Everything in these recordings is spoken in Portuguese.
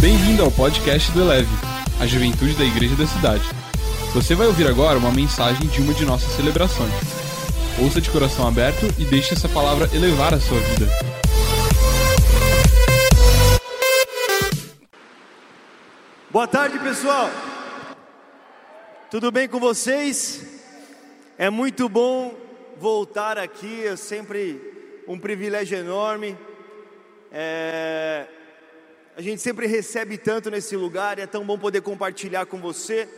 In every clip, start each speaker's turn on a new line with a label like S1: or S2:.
S1: Bem-vindo ao podcast do Eleve, a juventude da igreja da cidade. Você vai ouvir agora uma mensagem de uma de nossas celebrações. Ouça de coração aberto e deixe essa palavra elevar a sua vida.
S2: Boa tarde, pessoal. Tudo bem com vocês? É muito bom voltar aqui. É sempre um privilégio enorme. É, A gente sempre recebe tanto nesse lugar. E é tão bom poder compartilhar com você,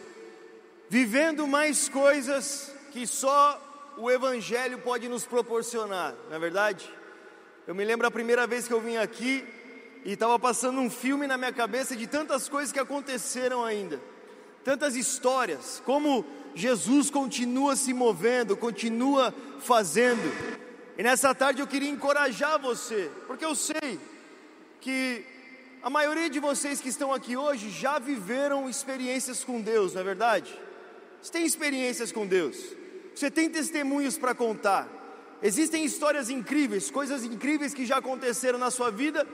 S2: vivendo mais coisas que só o Evangelho pode nos proporcionar. Não é verdade? Eu me lembro a primeira vez que eu vim aqui e estava passando um filme na minha cabeça de tantas coisas que aconteceram ainda, tantas histórias, como Jesus continua se movendo, continua fazendo. E nessa tarde eu queria encorajar você, porque eu sei que a maioria de vocês que estão aqui hoje já viveram experiências com Deus, não é verdade? Você tem experiências com Deus, você tem testemunhos para contar. Existem histórias incríveis, coisas incríveis que já aconteceram na sua vida,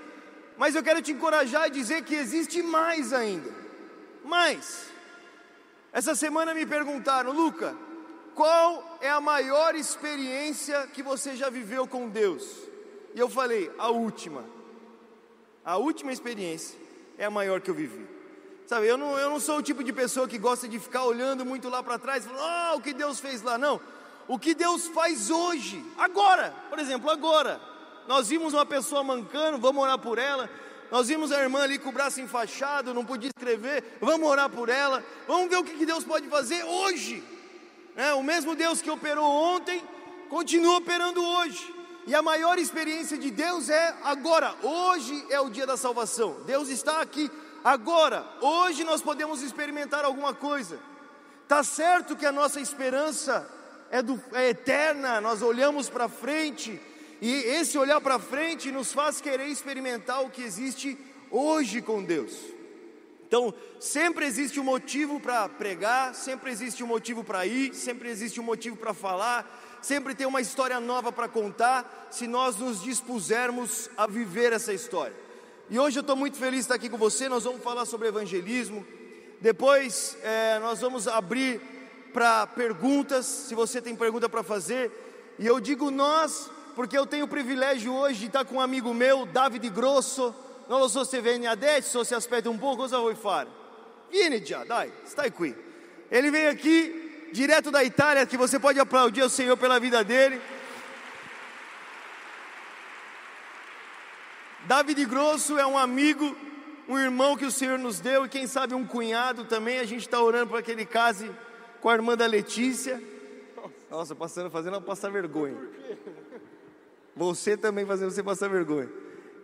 S2: mas eu quero te encorajar e dizer que existe mais ainda. Mais. Essa semana me perguntaram, Luca, qual é a maior experiência que você já viveu com Deus? E eu falei, a última. A última experiência é a maior que eu vivi. Sabe, eu não, eu não sou o tipo de pessoa que gosta de ficar olhando muito lá para trás, falando, ah, o que Deus fez lá. Não. O que Deus faz hoje, agora, por exemplo, agora. Nós vimos uma pessoa mancando, vamos orar por ela. Nós vimos a irmã ali com o braço enfaixado, não podia escrever, vamos orar por ela. Vamos ver o que que Deus pode fazer hoje. É, o mesmo Deus que operou ontem, continua operando hoje. E a maior experiência de Deus é agora. Hoje é o dia da salvação. Deus está aqui agora. Hoje nós podemos experimentar alguma coisa. Tá certo que a nossa esperança é, do- é eterna. Nós olhamos para frente e esse olhar para frente nos faz querer experimentar o que existe hoje com Deus. Então, sempre existe um motivo para pregar, sempre existe um motivo para ir, sempre existe um motivo para falar, sempre tem uma história nova para contar, se nós nos dispusermos a viver essa história. E hoje eu estou muito feliz de estar aqui com você, nós vamos falar sobre evangelismo, depois eh, nós vamos abrir para perguntas, se você tem pergunta para fazer, e eu digo nós, porque eu tenho o privilégio hoje de estar com um amigo meu, David Grosso, non lo so se vieni adesso, se um aspetta un po', cosa vuoi fare? Vieni già, dai, stai qui. Ele veio aqui, direto da Itália, que você pode aplaudir ao Senhor pela vida dele. David Grosso é um amigo, um irmão que o Senhor nos deu e quem sabe um cunhado também. A gente está orando para que ele case com a irmã da Letícia. Nossa, passando, fazendo ela passar vergonha. Você também fazendo você passar vergonha.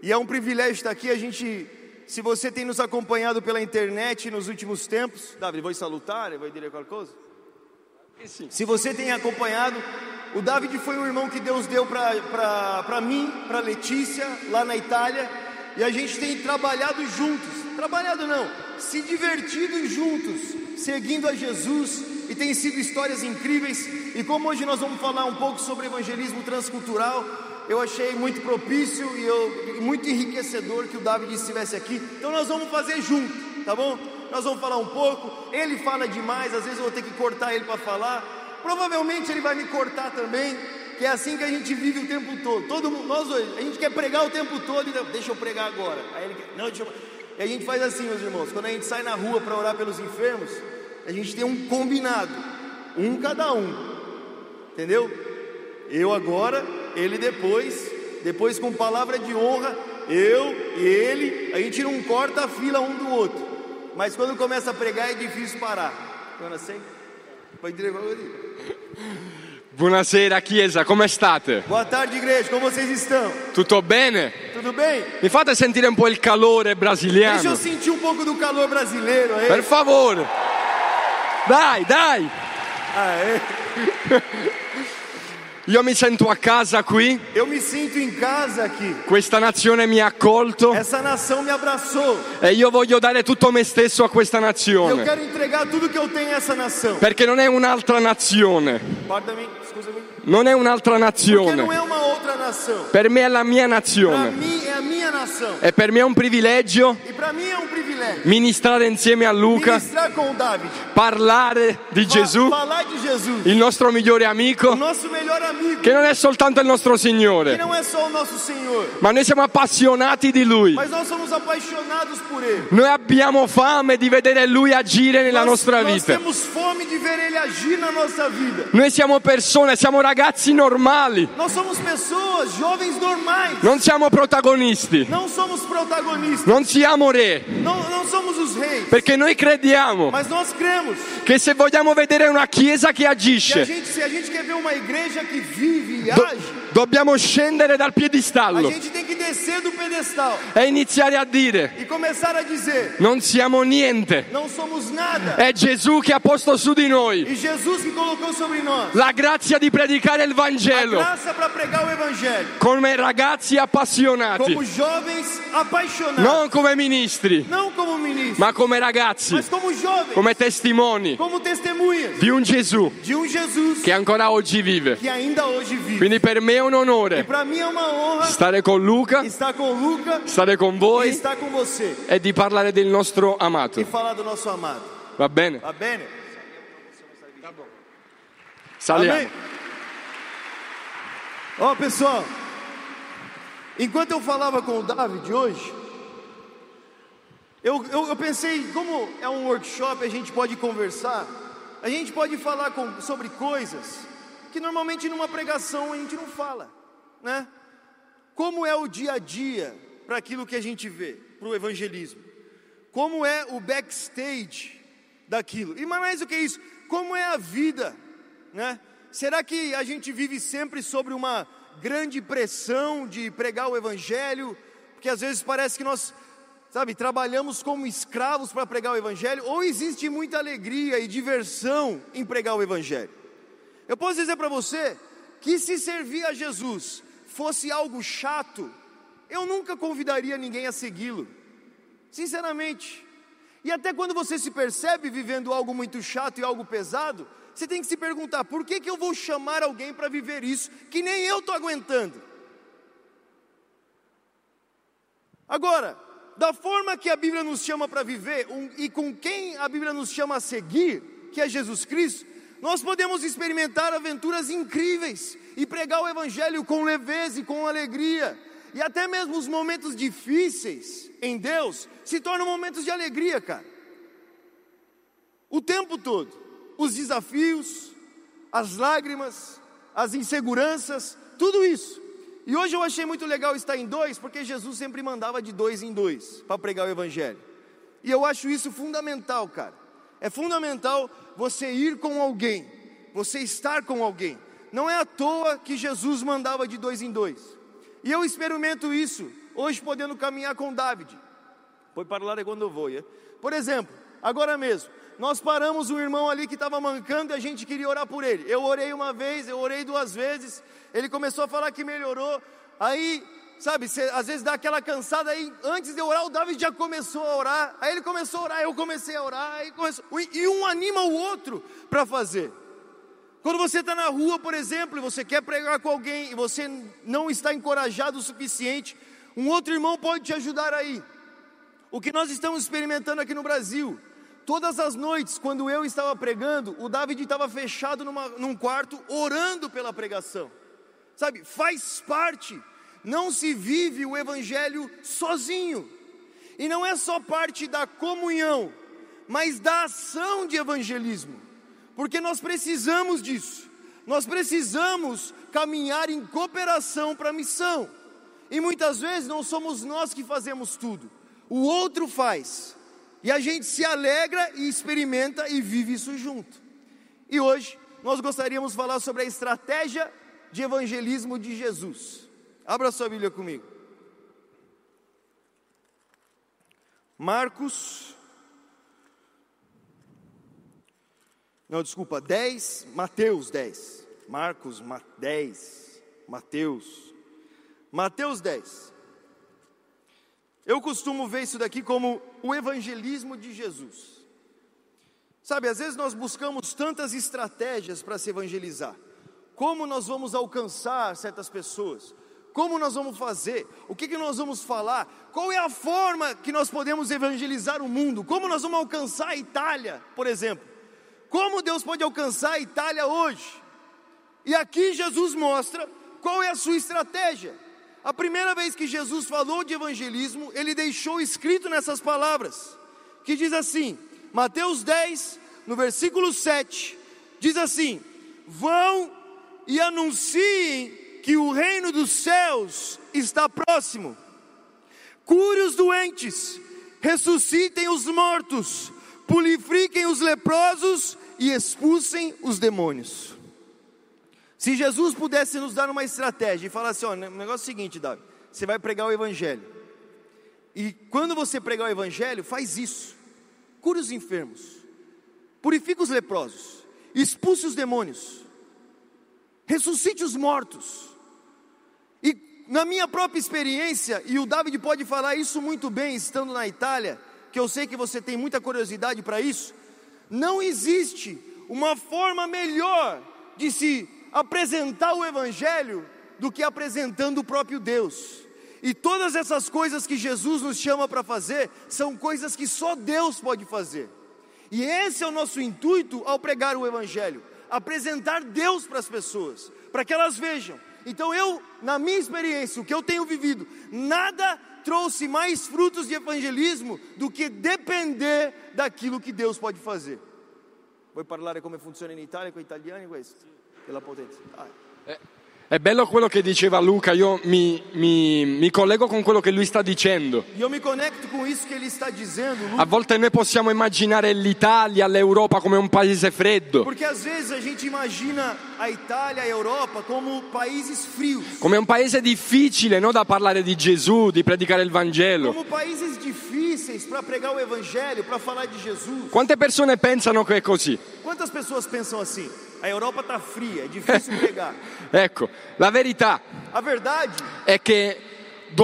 S2: E é um privilégio estar aqui. A gente, se você tem nos acompanhado pela internet nos últimos tempos, Davi, vou salutar, vou dizer qualquer coisa. Se você tem acompanhado, o David foi um irmão que Deus deu para mim, para Letícia, lá na Itália, e a gente tem trabalhado juntos. Trabalhado não, se divertido juntos, seguindo a Jesus, e tem sido histórias incríveis. E como hoje nós vamos falar um pouco sobre evangelismo transcultural, eu achei muito propício e eu, e muito enriquecedor que o David estivesse aqui. Então nós vamos fazer junto, tá bom? Nós vamos falar um pouco. Ele fala demais, às vezes eu vou ter que cortar ele para falar. Provavelmente ele vai me cortar também, que é assim que a gente vive o tempo todo. Todo mundo, nós hoje, a gente quer pregar o tempo todo e não, deixa eu pregar agora. Aí ele quer, não, deixa eu... E a gente faz assim, meus irmãos, quando a gente sai na rua para orar pelos enfermos, a gente tem um combinado, um cada um. Entendeu? Eu agora, ele depois, depois com palavra de honra, eu e ele, a gente não corta a fila um do outro. Mas quando começa a pregar é difícil parar. assim? Eu não sei. Pode dizer alguma coisa?
S3: Buonasera Chiesa, come state?
S2: Boa tarde, igreja. Como vocês estão?
S3: Tutto bene?
S2: Tudo bem?
S3: Mi fate sentire un po' il
S2: Deixa
S3: calore
S2: eu
S3: brasiliano?
S2: sentir um pouco do calor brasileiro aí.
S3: Per favore! Dai, dai!
S2: Aê.
S3: Io mi sento a casa qui,
S2: Eu me sinto em casa aqui.
S3: questa nazione mi ha accolto
S2: Essa nação me abraçou.
S3: e io voglio dare tutto me stesso a questa
S2: Eu
S3: nazione.
S2: quero entregar tudo que eu tenho a essa nação.
S3: Perché non è un'altra nazione,
S2: Pardon me, excuse-me.
S3: non è un'altra
S2: Porque não
S3: nazione.
S2: é uma outra nação.
S3: Per me è la mia
S2: Para
S3: nazione
S2: mim é a minha nação.
S3: e per me è un privilegio
S2: E para mim é um privilégio.
S3: ministrare insieme a Luca,
S2: Ministrar com o David. Fa-
S3: parlare di Gesù,
S2: Falar de Jesus.
S3: il nostro migliore amico,
S2: Nosso melhor amigo.
S3: che non è soltanto il nostro
S2: Que
S3: Signore,
S2: não é só o nosso Senhor.
S3: ma noi siamo appassionati di Lui.
S2: Mas nós somos apaixonados por Ele.
S3: Noi abbiamo fame di vedere Lui agire nella
S2: nós,
S3: nostra
S2: nós
S3: vita.
S2: temos fome de ver Ele agir na nossa vida.
S3: Noi siamo persone, siamo ragazzi normali,
S2: Nós somos pessoas, jovens normais.
S3: non siamo protagonisti,
S2: Não somos protagonistas.
S3: non siamo re,
S2: Não, não somos os reis.
S3: perché noi crediamo
S2: Mas nós cremos
S3: che se vogliamo vedere una chiesa che
S2: que a
S3: agisce,
S2: gente, se a gente quer ver uma igreja que vive e
S3: do-
S2: age,
S3: dobbiamo scendere dal
S2: a
S3: piedistallo
S2: gente tem que descer do pedestal
S3: e iniziare a dire,
S2: e começar a dizer:
S3: non siamo niente,
S2: não somos nada.
S3: è Gesù che ha posto su di noi
S2: E Jesus que colocou sobre nós
S3: la grazia di predicare il
S2: a
S3: Vangelo
S2: graça para pregar o evangelho.
S3: come ragazzi appassionati,
S2: Como jovens apaixonados.
S3: non come ministri,
S2: Não como ministros,
S3: ma come ragazzi,
S2: mas como jovens.
S3: come testimoni
S2: Como testemunhas
S3: di un Gesù
S2: de um Jesus
S3: che ancora oggi vive.
S2: que ainda hoje vive.
S3: Quindi per me è un onore
S2: Para mim é uma honra
S3: stare con Luca,
S2: estar com o Luca
S3: stare con
S2: e
S3: voi
S2: estar com você
S3: e di parlare del nostro
S2: e
S3: amato.
S2: falar do nosso amado.
S3: Va bene?
S2: Tá bem? Amém?
S3: Saliamo.
S2: Ó, pessoal, enquanto eu falava com o David hoje, eu, eu, eu pensei, como é um workshop, a gente pode conversar, a gente pode falar com- sobre coisas que normalmente numa pregação a gente não fala, né? Como é o dia a dia para aquilo que a gente vê, para o evangelismo? Como é o backstage daquilo? E mais do que isso, como é a vida, né? Será que a gente vive sempre sobre uma grande pressão de pregar o evangelho? Porque às vezes parece que nós, sabe, trabalhamos como escravos para pregar o evangelho, ou existe muita alegria e diversão em pregar o evangelho? Eu posso dizer para você que se servir a Jesus fosse algo chato, eu nunca convidaria ninguém a segui-lo. Sinceramente. E até quando você se percebe vivendo algo muito chato e algo pesado, você tem que se perguntar: por que, que eu vou chamar alguém para viver isso que nem eu estou aguentando? Agora, da forma que a Bíblia nos chama para viver um- e com quem a Bíblia nos chama a seguir, que é Jesus Cristo, nós podemos experimentar aventuras incríveis e pregar o Evangelho com leveza e com alegria. E até mesmo os momentos difíceis em Deus se tornam momentos de alegria, cara. O tempo todo. Os desafios, as lágrimas, as inseguranças, tudo isso. E hoje eu achei muito legal estar em dois, porque Jesus sempre mandava de dois em dois para pregar o Evangelho. E eu acho isso fundamental, cara. É fundamental você ir com alguém, você estar com alguém. Não é à toa que Jesus mandava de dois em dois. E eu experimento isso hoje, podendo caminhar com David. Pode parlare quando vou. eh? Por exemplo, agora mesmo, nós paramos um irmão ali que estava mancando e a gente queria orar por ele. Eu orei uma vez, eu orei duas vezes, ele começou a falar que melhorou. Aí, sabe, cê, às vezes dá aquela cansada aí, antes de eu orar, o David já começou a orar. Aí ele começou a orar, eu comecei a orar, aí começou, e um anima o outro para fazer. Quando você está na rua, por exemplo, e você quer pregar com alguém e você não está encorajado o suficiente, um outro irmão pode te ajudar aí. O que nós estamos experimentando aqui no Brasil. Todas as noites, quando eu estava pregando, o David estava fechado numa- num quarto, orando pela pregação. Sabe, faz parte. Não se vive o Evangelho sozinho. E não é só parte da comunhão, mas da ação de evangelismo. Porque nós precisamos disso. Nós precisamos caminhar em cooperação para a missão. E muitas vezes não somos nós que fazemos tudo, o outro faz. E a gente se alegra e experimenta e vive isso junto. E hoje nós gostaríamos de falar sobre a estratégia de evangelismo de Jesus. Abra sua Bíblia comigo. Marcos. Não, desculpa, 10, Mateus 10. Marcos Ma- 10, Mateus Mateus 10. Eu costumo ver isso daqui como o evangelismo de Jesus. Sabe, às vezes nós buscamos tantas estratégias para se evangelizar. Como nós vamos alcançar certas pessoas? Como nós vamos fazer? O que, que nós vamos falar? Qual é a forma que nós podemos evangelizar o mundo? Como nós vamos alcançar a Itália, por exemplo? Como Deus pode alcançar a Itália hoje? E aqui Jesus mostra qual é a sua estratégia. A primeira vez que Jesus falou de evangelismo, ele deixou escrito nessas palavras, que diz assim, Mateus 10, no versículo 7, diz assim: Vão e anunciem que o reino dos céus está próximo. Cure os doentes, ressuscitem os mortos, purifiquem os leprosos e expulsem os demônios. Se Jesus pudesse nos dar uma estratégia e falar assim, ó, o negócio é o seguinte, Davi, você vai pregar o evangelho. E quando você pregar o evangelho, faz isso. Cure os enfermos. Purifica os leprosos. Expulse os demônios. Ressuscite os mortos. E na minha própria experiência, e o David pode falar isso muito bem estando na Itália, que eu sei que você tem muita curiosidade para isso, não existe uma forma melhor de se apresentar o Evangelho do que apresentando o próprio Deus. E todas essas coisas que Jesus nos chama para fazer são coisas que só Deus pode fazer. E esse é o nosso intuito ao pregar o Evangelho: apresentar Deus para as pessoas, para que elas vejam. Então, eu, na minha experiência, o que eu tenho vivido, nada trouxe mais frutos de evangelismo do que depender daquilo que Deus pode fazer. Vuoi parlare come funziona in Italia con gli italiani questo? Della potenza. Dai.
S3: È bello quello che diceva Luca, io mi, mi- mi collego con quello che lui sta dicendo.
S2: E eu me conecto com isso que ele está dizendo, Lucas,
S3: A volte noi possiamo immaginare l'Italia, l'Europa come un paese freddo,
S2: porque às vezes a gente imagina a Itália, a Europa como países frios,
S3: come un paese difficile no, da parlare di Gesù, di predicare il Vangelo.
S2: como países difíceis para pregar o evangelho, para falar de Jesus.
S3: Quante persone pensano che è così?
S2: Quantas pessoas pensam assim? A Europa está fria, é difícil pregar.
S3: Ecco, la verità
S2: A verdade,
S3: è che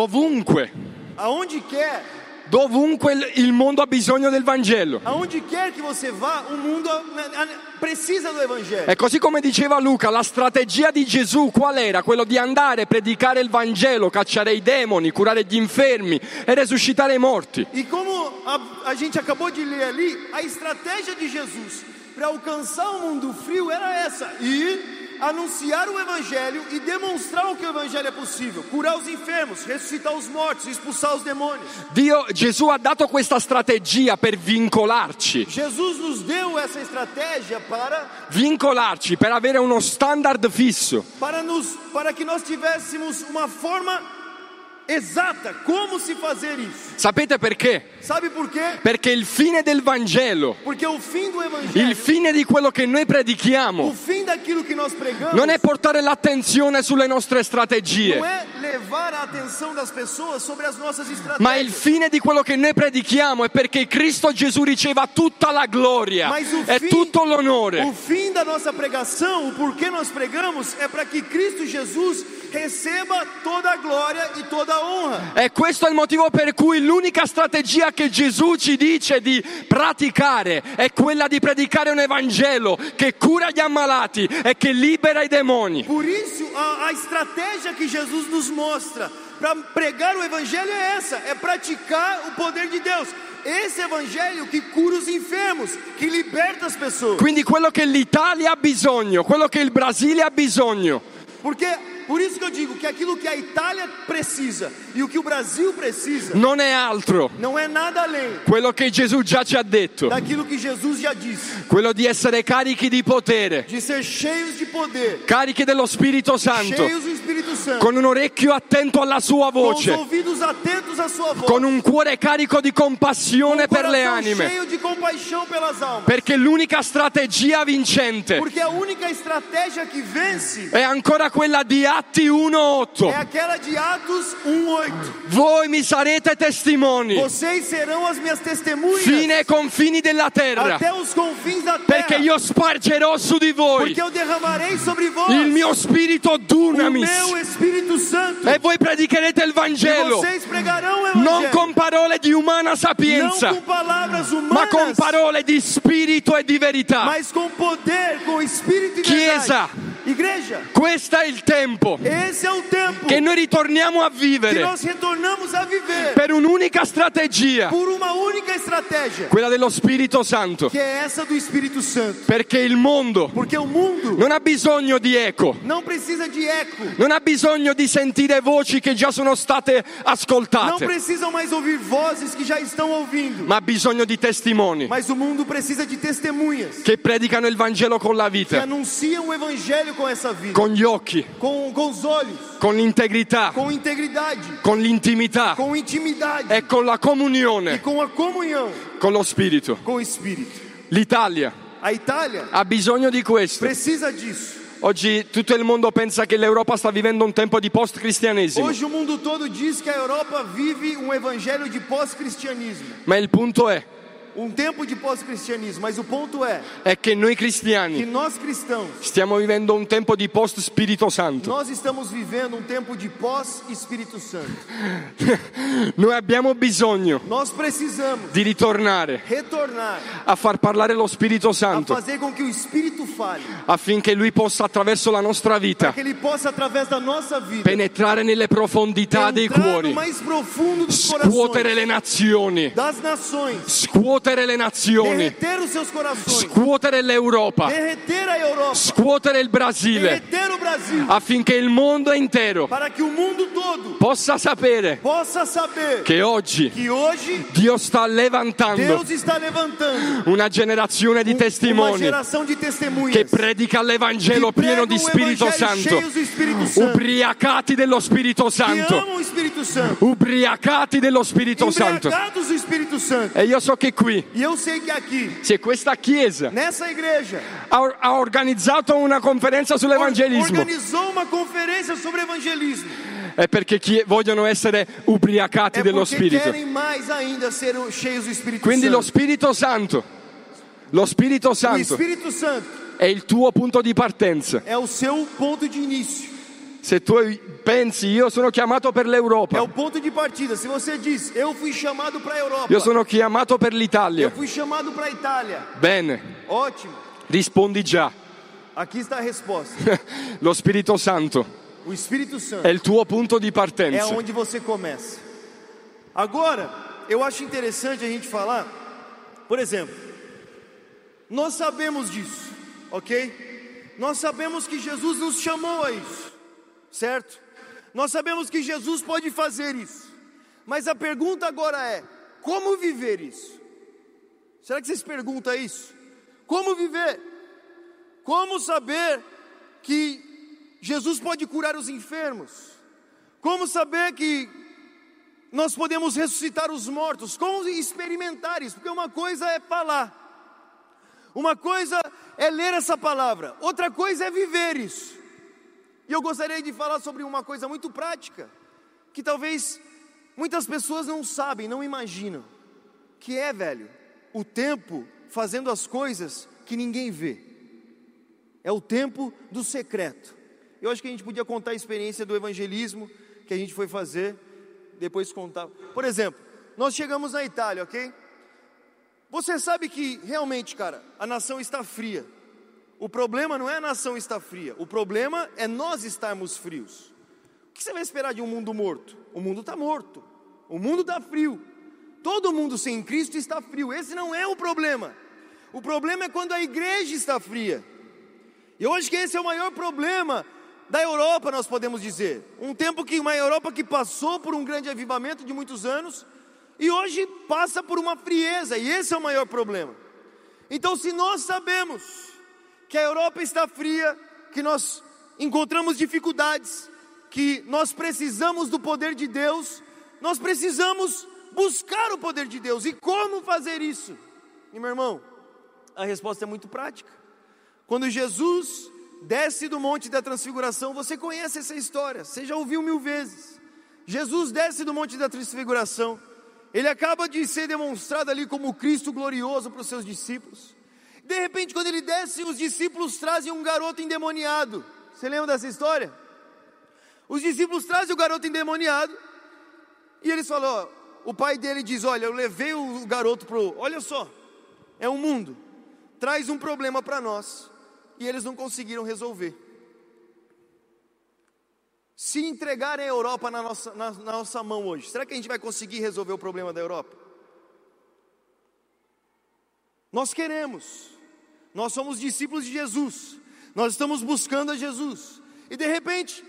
S3: dovunque,
S2: aonde quer,
S3: dovunque il- il mondo ha bisogno del Vangelo.
S2: aonde quer que você vá, o mundo a- a- precisa do evangelho.
S3: E così come diceva Luca, la strategia di Gesù qual era? Quello di andare, predicare il Vangelo, cacciare i demoni, curare gli infermi e resuscitare i morti.
S2: E como a, a gente acabou de ler ali, a estratégia de Jesus para alcançar o mundo frio era essa: ir anunciar o evangelho e demonstrar o que o evangelho é possível, curar os enfermos, ressuscitar os mortos, expulsar os demônios.
S3: Dio, Gesù ha dato questa strategia per vincolarci,
S2: Jesus nos deu essa estratégia para
S3: vincolarci per avere uno standard fisso.
S2: para nos para que nós tivéssemos uma forma exata como se fazer isso.
S3: Sapete perché?
S2: Sabe por quê?
S3: Perché il fine del Vangelo,
S2: Porque o fim do evangelho,
S3: il fine di quello che noi
S2: o
S3: predichiamo,
S2: fim daquilo que nós pregamos
S3: non è portare l'attenzione sulle nostre
S2: não
S3: strategie,
S2: é levar a atenção das pessoas sobre as nossas
S3: ma il
S2: estratégias.
S3: fine di quello che noi predichiamo è perché Cristo Gesù riceva tutta la gloria
S2: Ma il suo
S3: e
S2: fi-
S3: tutto l'onore.
S2: O fim da nossa pregação, o porquê nós pregamos, é para que Cristo Jesus receba toda a glória e toda a honra.
S3: E questo è il motivo per cui l'unica strategia che Gesù ci dice di praticare è quella di predicare un Evangelo che cura gli ammalati e che libera i demoni.
S2: Por isso, a, a estratégia que Jesus nos mostra para pregar o Evangelho é essa: é praticar o poder de Deus. Esse Evangelho que cura os enfermos, que liberta as pessoas.
S3: Quindi quello che l'Italia ha bisogno, quello che il Brasile ha bisogno,
S2: Porque, por isso que eu digo que aquilo que a Itália precisa e o que o Brasil precisa.
S3: non è altro
S2: Não é nada além
S3: quello che Gesù già ci ha detto,
S2: daquilo que Jesus já disse,
S3: quello di essere carichi di potere,
S2: de ser cheios de poder,
S3: carichi dello Spirito Santo,
S2: cheios do Espírito Santo,
S3: con un orecchio attento alla sua
S2: com os
S3: voce,
S2: ouvidos atentos à sua voz,
S3: con un cuore carico di
S2: com
S3: compassione
S2: o
S3: per le
S2: coração
S3: anime.
S2: cheio de compaixão pelas almas,
S3: Perché l'unica strategia vincente
S2: porque a única estratégia que vence
S3: è ancora quella di Atti
S2: é
S3: 1.8.
S2: aquela de Atos 1:8.
S3: Voi mi sarete testimoni
S2: Vocês serão as minhas testemunhas
S3: fino ai confini della terra,
S2: até os confins da terra,
S3: perché io spargerò su di voi
S2: porque eu derramarei sobre vós
S3: il mio spirito
S2: o
S3: dunamis
S2: meu Espírito Santo.
S3: e voi predicherete il
S2: E
S3: Vangelo
S2: vocês pregarão o
S3: non
S2: evangelho.
S3: con parole di umana
S2: não
S3: sapienza,
S2: com palavras
S3: ma con
S2: humanas,
S3: parole di spirito e di verità.
S2: mas com poder, com espírito e
S3: Chiesa,
S2: verdade. Igreja,
S3: Questo è il tempo
S2: esse é o tempo
S3: che noi ritorniamo a
S2: que
S3: vivere
S2: nós retornamos a viver
S3: per un'unica strategia,
S2: por uma única estratégia,
S3: quella dello Spirito Santo,
S2: que é essa do Espírito Santo.
S3: perché il mondo
S2: Porque o mundo
S3: non ha bisogno di eco.
S2: não precisa de eco,
S3: Non ha bisogno di sentire voci che già sono state
S2: não
S3: ascoltate,
S2: precisam mais ouvir vozes que já estão ouvindo,
S3: ma ha bisogno di testimoni
S2: mas o mundo precisa de testemunhas
S3: che predicano il Vangelo con la
S2: que
S3: vita,
S2: anunciam o evangelho com essa vida,
S3: con gli occhi,
S2: com, com os olhos,
S3: con l'integrità,
S2: com integridade,
S3: con l'intimità
S2: com intimidade
S3: e con la
S2: e
S3: comunione
S2: com a comunhão
S3: con lo Spirito.
S2: com o Espírito.
S3: L'Italia
S2: A Itália
S3: ha bisogno di questo.
S2: precisa disso.
S3: Oggi tutto il mondo pensa che l'Europa sta vivendo un tempo di post-cristianesimo,
S2: Hoje o mundo todo diz que a Europa vive um evangelho de pós-cristianismo,
S3: ma il punto è,
S2: um tempo de pós-cristianismo, mas o ponto é
S3: è che noi
S2: que
S3: cristiani
S2: nós cristãos
S3: stiamo vivendo un tempo di post-Spirito Santo.
S2: Nós estamos vivendo um tempo de pós-Espírito Santo.
S3: Noi abbiamo bisogno
S2: Nós precisamos
S3: di ritornare
S2: retornar
S3: a far parlare lo Spirito
S2: a
S3: Santo
S2: fazer com que o Espírito fale,
S3: Ah. affinché lui possa attraverso la nostra vita
S2: que ele possa, através da nossa vida,
S3: penetrare nelle profondità dei
S2: entrar no
S3: cuori,
S2: mais profundo dos corações,
S3: scuotere le nazioni,
S2: das nações,
S3: scuotere le nazioni,
S2: derreter os seus corações,
S3: scuotere l'Europa,
S2: derreter a Europa,
S3: scuotere il Brasile,
S2: derreter o Brasil,
S3: affinché il mondo intero
S2: para que o mundo todo
S3: possa sapere
S2: possa saber
S3: che oggi
S2: que hoje
S3: Dio sta levantando
S2: Deus está levantando
S3: una generazione di
S2: uma
S3: testimoni
S2: geração de
S3: che
S2: testemunhas
S3: predica l'Evangelo
S2: que
S3: pieno
S2: pregam
S3: di
S2: o
S3: Spirito
S2: evangelho
S3: Santo,
S2: cheios do Espírito Santo.
S3: ubriacati dello Spirito
S2: que
S3: Santo,
S2: amam o Espírito Santo,
S3: ubriacati dello Spirito Santo.
S2: embriagados do Espírito Santo.
S3: E io so che qui,
S2: E eu sei que aqui,
S3: se questa Chiesa
S2: nessa igreja,
S3: ha, or- ha organizzato una conferenza
S2: or-
S3: sull'evangelismo,
S2: organizou uma conferência sobre evangelismo.
S3: è perché chi- vogliono essere ubriacati
S2: É
S3: dello
S2: porque
S3: Spirito.
S2: querem mais ainda ser o- cheios do Espírito
S3: Quindi lo
S2: Santo.
S3: Spirito Santo, lo Spirito
S2: O
S3: Santo
S2: Espírito Santo
S3: è il tuo punto di partenza.
S2: é o seu ponto de início,
S3: Se tu pensi io sono chiamato per
S2: é
S3: l'Europa,
S2: o ponto de partida. Se você diz, eu fui chamado para a Europa,
S3: io sono chiamato per
S2: eu
S3: l'Italia,
S2: fui chamado para a Itália,
S3: bene,
S2: ótimo.
S3: rispondi già.
S2: Aqui está a resposta.
S3: Lo Spirito Santo
S2: O Espírito
S3: è
S2: Santo
S3: il tuo punto di
S2: é
S3: partenza.
S2: onde você começa. Agora, eu acho interessante a gente falar, por exemplo, nós sabemos disso, ok? Nós sabemos que Jesus nos chamou a isso, certo? Nós sabemos que Jesus pode fazer isso, mas a pergunta agora é: como viver isso? Será que vocês perguntam isso? Como viver? Como saber que Jesus pode curar os enfermos? Como saber que nós podemos ressuscitar os mortos? Como experimentar isso? Porque uma coisa é falar, uma coisa é ler essa palavra, outra coisa é viver isso. E eu gostaria de falar sobre uma coisa muito prática, que talvez muitas pessoas não sabem, não imaginam, que é, velho, o tempo fazendo as coisas que ninguém vê. É o tempo do secreto. Eu acho que a gente podia contar a experiência do evangelismo que a gente foi fazer, depois contar. Por exemplo, nós chegamos na Itália, ok? Você sabe que realmente, cara, a nação está fria. O problema não é a nação estar fria, o problema é nós estarmos frios. O que você vai esperar de um mundo morto? O mundo está morto, o mundo está frio. Todo mundo sem Cristo está frio. Esse não é o problema. O problema é quando a igreja está fria. E eu acho que esse é o maior problema da Europa, nós podemos dizer. Um tempo que uma Europa que passou por um grande avivamento de muitos anos e hoje passa por uma frieza, e esse é o maior problema. Então, se nós sabemos que a Europa está fria, que nós encontramos dificuldades, que nós precisamos do poder de Deus, nós precisamos buscar o poder de Deus. E como fazer isso? E meu irmão, a resposta é muito prática. Quando Jesus desce do Monte da Transfiguração, você conhece essa história, você já ouviu mil vezes. Jesus desce do Monte da Transfiguração, ele acaba de ser demonstrado ali como Cristo glorioso para os seus discípulos. De repente, quando ele desce, os discípulos trazem um garoto endemoniado. Você lembra dessa história? Os discípulos trazem o garoto endemoniado e eles falam: ó, o pai dele diz: Olha, eu levei o garoto para o. Olha só, é um mundo traz um problema para nós e eles não conseguiram resolver. Se entregarem a Europa na nossa, na- na nossa mão hoje, será que a gente vai conseguir resolver o problema da Europa? Nós queremos, nós somos discípulos de Jesus, nós estamos buscando a Jesus, e de repente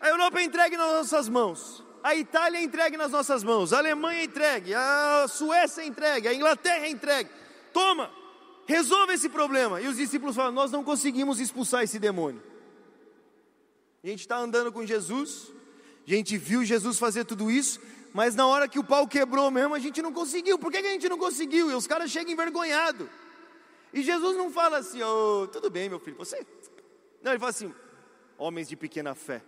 S2: a Europa é entregue nas nossas mãos, a Itália é entregue nas nossas mãos, a Alemanha é entregue, a Suécia é entregue, a Inglaterra é entregue. Toma, resolve esse problema. E os discípulos falam: Nós não conseguimos expulsar esse demônio. A gente está andando com Jesus, a gente viu Jesus fazer tudo isso, mas na hora que o pau quebrou mesmo, a gente não conseguiu. Por que, que a gente não conseguiu? E os caras chegam envergonhados. E Jesus não fala assim, "Ô, tudo bem, meu filho, você. Não, ele fala assim, homens de pequena fé.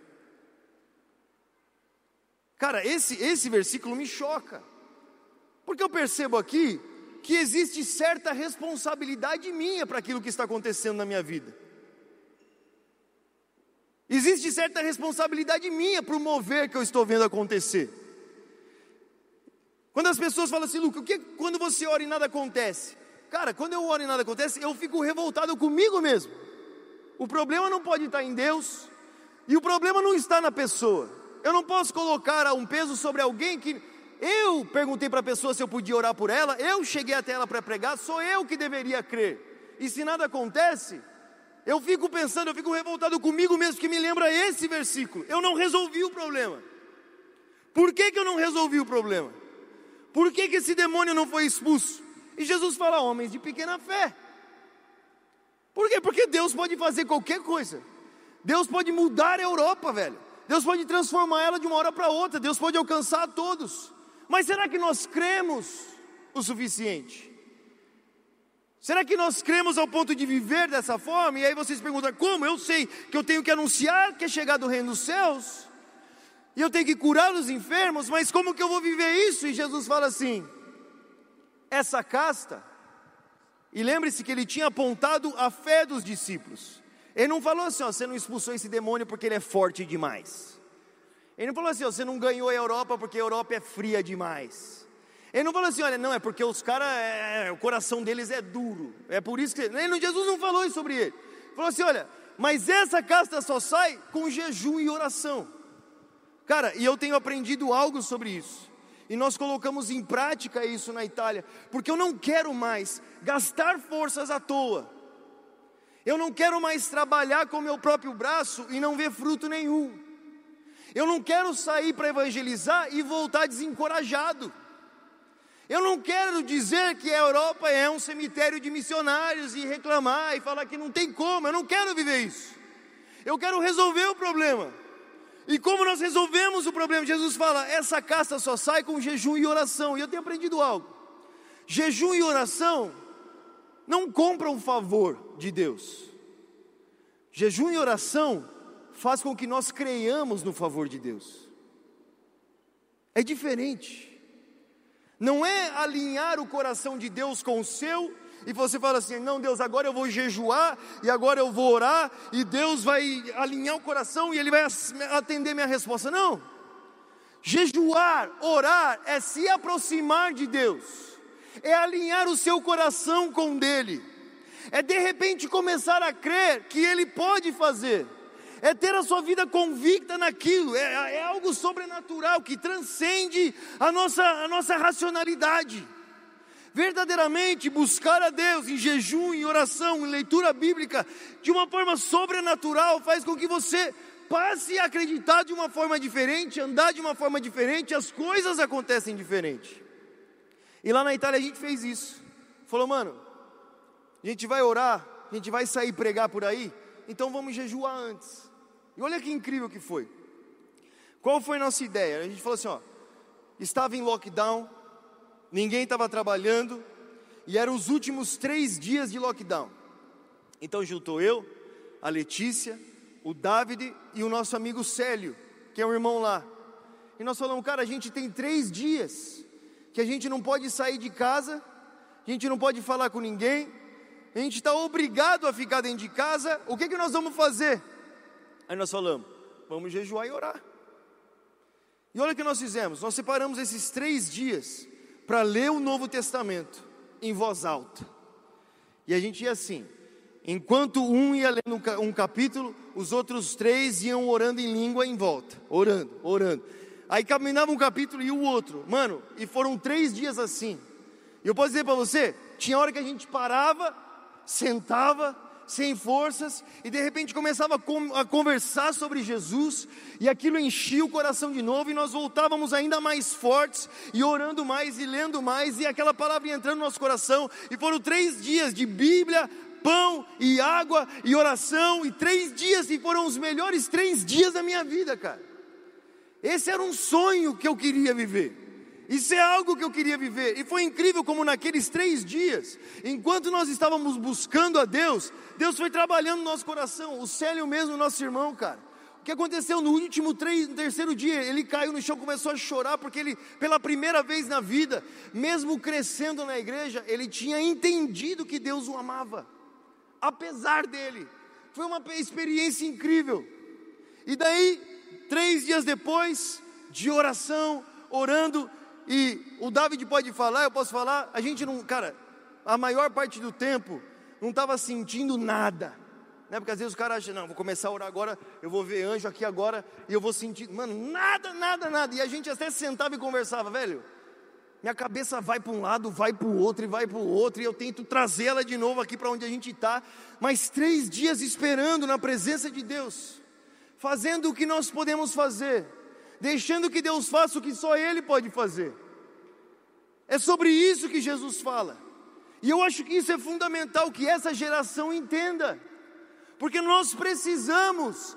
S2: Cara, esse, esse versículo me choca, porque eu percebo aqui que existe certa responsabilidade minha para aquilo que está acontecendo na minha vida. Existe certa responsabilidade minha para o mover que eu estou vendo acontecer. Quando as pessoas falam assim, Luca, o que quando você ora e nada acontece? Cara, quando eu oro e nada acontece, eu fico revoltado comigo mesmo. O problema não pode estar em Deus e o problema não está na pessoa. Eu não posso colocar um peso sobre alguém que eu perguntei para a pessoa se eu podia orar por ela, eu cheguei até ela para pregar, sou eu que deveria crer. E se nada acontece, eu fico pensando, eu fico revoltado comigo mesmo, que me lembra esse versículo. Eu não resolvi o problema. Por que, que eu não resolvi o problema? Por que, que esse demônio não foi expulso? E Jesus fala, homens de pequena fé. Por quê? Porque Deus pode fazer qualquer coisa. Deus pode mudar a Europa, velho. Deus pode transformar ela de uma hora para outra. Deus pode alcançar a todos. Mas será que nós cremos o suficiente? Será que nós cremos ao ponto de viver dessa forma? E aí vocês perguntam: como? Eu sei que eu tenho que anunciar que é chegado o reino dos céus, e eu tenho que curar os enfermos, mas como que eu vou viver isso? E Jesus fala assim: essa casta, e lembre-se que ele tinha apontado a fé dos discípulos. Ele não falou assim: ó, você não expulsou esse demônio porque ele é forte demais. Ele não falou assim, ó, você não ganhou a Europa porque a Europa é fria demais. Ele não falou assim, olha, não, é porque os caras, o coração deles é duro. É por isso que. Ele, não- Jesus não falou isso sobre ele. Ele Falou assim, olha, mas essa casta só sai com jejum e oração. Cara, e eu tenho aprendido algo sobre isso. E nós colocamos em prática isso na Itália, porque eu não quero mais gastar forças à toa. Eu não quero mais trabalhar com o meu próprio braço e não ver fruto nenhum. Eu não quero sair para evangelizar e voltar desencorajado. Eu não quero dizer que a Europa é um cemitério de missionários e reclamar e falar que não tem como. Eu não quero viver isso. Eu quero resolver o problema. E como nós resolvemos o problema? Jesus fala: essa casta só sai com jejum e oração. E eu tenho aprendido algo. Jejum e oração não compram favor de Deus. Jejum e oração faz com que nós creiamos no favor de Deus. É diferente. Não é alinhar o coração de Deus com o seu e você fala assim: "Não, Deus, agora eu vou jejuar e agora eu vou orar e Deus vai alinhar o coração e ele vai as- atender minha resposta". Não. Jejuar, orar é se aproximar de Deus. É alinhar o seu coração com o dele é de repente começar a crer que Ele pode fazer, é ter a sua vida convicta naquilo, é, é algo sobrenatural que transcende a nossa, a nossa racionalidade. Verdadeiramente buscar a Deus em jejum, em oração, em leitura bíblica, de uma forma sobrenatural, faz com que você passe a acreditar de uma forma diferente, andar de uma forma diferente, as coisas acontecem diferente. E lá na Itália a gente fez isso. Falou, mano, a gente vai orar, a gente vai sair pregar por aí, então vamos jejuar antes. E olha que incrível que foi. Qual foi a nossa ideia? A gente falou assim, ó, estava em lockdown, ninguém estava trabalhando, e eram os últimos três dias de lockdown. Então juntou eu, a Letícia, o Davide e o nosso amigo Célio, que é um irmão lá. E nós falamos, cara, a gente tem três dias que a gente não pode sair de casa, a gente não pode falar com ninguém, a gente está obrigado a ficar dentro de casa, o que, que nós vamos fazer? Aí nós falamos, vamos jejuar e orar. E olha o que nós fizemos, nós separamos esses três dias para ler o Novo Testamento em voz alta. E a gente ia assim: Enquanto um ia lendo um ca- um capítulo, os outros três iam orando em língua em volta, orando, orando. Aí caminhava um capítulo e o outro, mano, e foram três dias assim. E eu posso dizer para você, tinha hora que a gente parava, sentava, sem forças, e de repente começava a, com- a conversar sobre Jesus, e aquilo enchia o coração de novo, e nós voltávamos ainda mais fortes, e orando mais, e lendo mais, e aquela palavra ia entrando no nosso coração, e foram três dias de Bíblia, pão e água e oração e três dias e foram os melhores três dias da minha vida, cara. Esse era um sonho que eu queria viver. Isso é algo que eu queria viver. E foi incrível como naqueles três dias, enquanto nós estávamos buscando a Deus, Deus foi trabalhando no nosso coração. O Célio mesmo, nosso irmão, cara. O que aconteceu no último três, no terceiro dia? Ele caiu no chão, começou a chorar, porque ele, pela primeira vez na vida, mesmo crescendo na igreja, ele tinha entendido que Deus o amava apesar dele. Foi uma pe- experiência incrível. E daí, três dias depois, de oração, orando, e o David pode falar, eu posso falar, a gente não, cara, a maior parte do tempo não estava sentindo nada. Né? Porque às vezes o cara acha, não, vou começar a orar agora, eu vou ver anjo aqui agora e eu vou sentir. Mano, nada, nada, nada. E a gente até sentava e conversava, velho. Minha cabeça vai para um lado, vai para o outro e vai para o outro, e eu tento trazer ela de novo aqui para onde a gente está, mas três dias esperando na presença de Deus, fazendo o que nós podemos fazer, deixando que Deus faça o que só Ele pode fazer. É sobre isso que Jesus fala, e eu acho que isso é fundamental que essa geração entenda, porque nós precisamos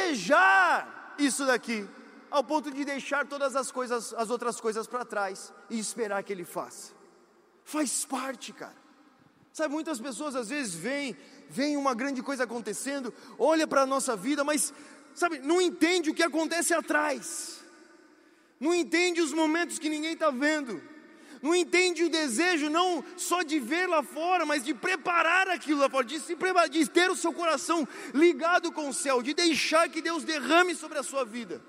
S2: desejar isso daqui, ao ponto de deixar todas as coisas, as outras coisas para trás e esperar que ele faça. Faz parte, cara. Sabe, muitas pessoas às vezes veem, veem uma grande coisa acontecendo, olha para a nossa vida, mas sabe, não entende o que acontece atrás. Não entende os momentos que ninguém está vendo. Não entende o desejo não só de ver lá fora, mas de preparar aquilo lá fora, de, se preparar, de ter o seu coração ligado com o céu, de deixar que Deus derrame sobre a sua vida.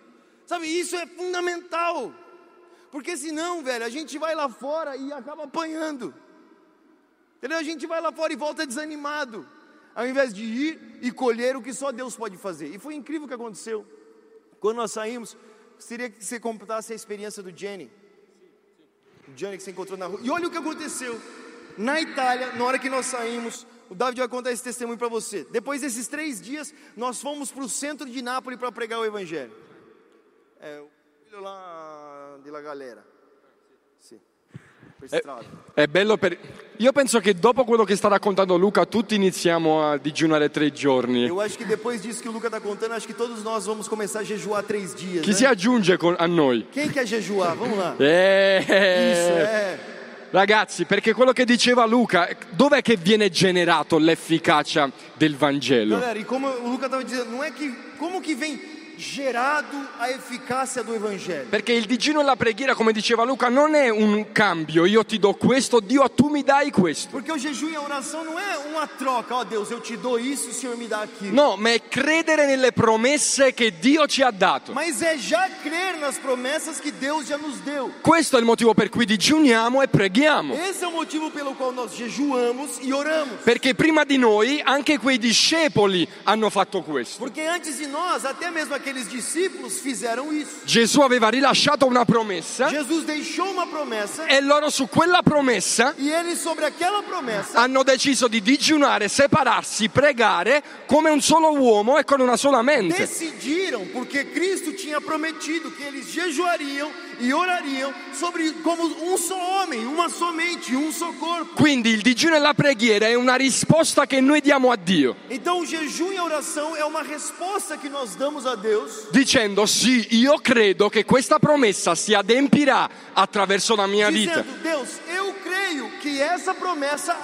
S2: Sabe, isso é fundamental. Porque senão, velho, a gente vai lá fora e acaba apanhando. Entendeu? A gente vai lá fora e volta desanimado, ao invés de ir e colher o que só Deus pode fazer. E foi incrível o que aconteceu. Quando nós saímos, seria que você contasse a experiência do Jenny. O Gianni que você encontrou na rua. E olha o que aconteceu. Na Itália, na hora que nós saímos, o David vai contar esse testemunho para você. Depois desses três dias, nós fomos para o centro de Nápoles para pregar o Evangelho. É, o filho lá de la galera. Sim. Per strada.
S3: È bello per... Io penso che dopo quello che sta raccontando Luca tutti iniziamo a digiunare tre giorni.
S2: Eu acho que depois disso que o Luca está contando, acho que todos nós vamos começar a jejuar três dias.
S3: Chi
S2: né?
S3: si aggiunge con- a noi?
S2: Quem quer jejuar? Vamos lá.
S3: Eh,
S2: Isso, é.
S3: Ragazzi, perché quello che diceva Luca, dov'è che viene generato l'efficacia del Vangelo?
S2: Galera, e como o Luca estava dizendo, não é que. Como que vem gerado a eficácia do Evangelho?
S3: Perché il digiuno e la preghiera, come diceva Luca, non è un cambio, io ti do questo, Dio tu mi dai questo.
S2: Porque o jejum e a oração não é uma troca, ó Deus, eu te dou isso, o Senhor me dá aquilo.
S3: No, ma è credere nelle promesse che Dio ci ha dato.
S2: Mas é já crer nas promessas que Deus já nos deu.
S3: Questo è il motivo per cui digiuniamo e preghiamo.
S2: Esse é o motivo pelo qual nós jejuamos e oramos.
S3: Perché prima di noi anche quei discepoli hanno fatto questo.
S2: Porque antes de nós, até mesmo aqueles discípulos fizeram isso.
S3: Gesù aveva rilasciato una promessa
S2: Jesus deixou uma promessa
S3: e loro su quella promessa
S2: e eles sobre aquela promessa
S3: hanno deciso di digiunare, separarsi, pregare come un solo uomo e con una sola mente.
S2: decidiram, porque Cristo tinha prometido que eles jejuariam e orariam sobre como um só homem, uma só mente, um só corpo.
S3: Quindi il digiuno e la preghiera è una risposta che noi diamo a Dio,
S2: Então o jejum e a oração é uma resposta que nós damos a Deus,
S3: dicendo sì, io credo che questa promessa si adempirà attraverso la mia vita.
S2: dizendo: Deus, eu creio que essa promessa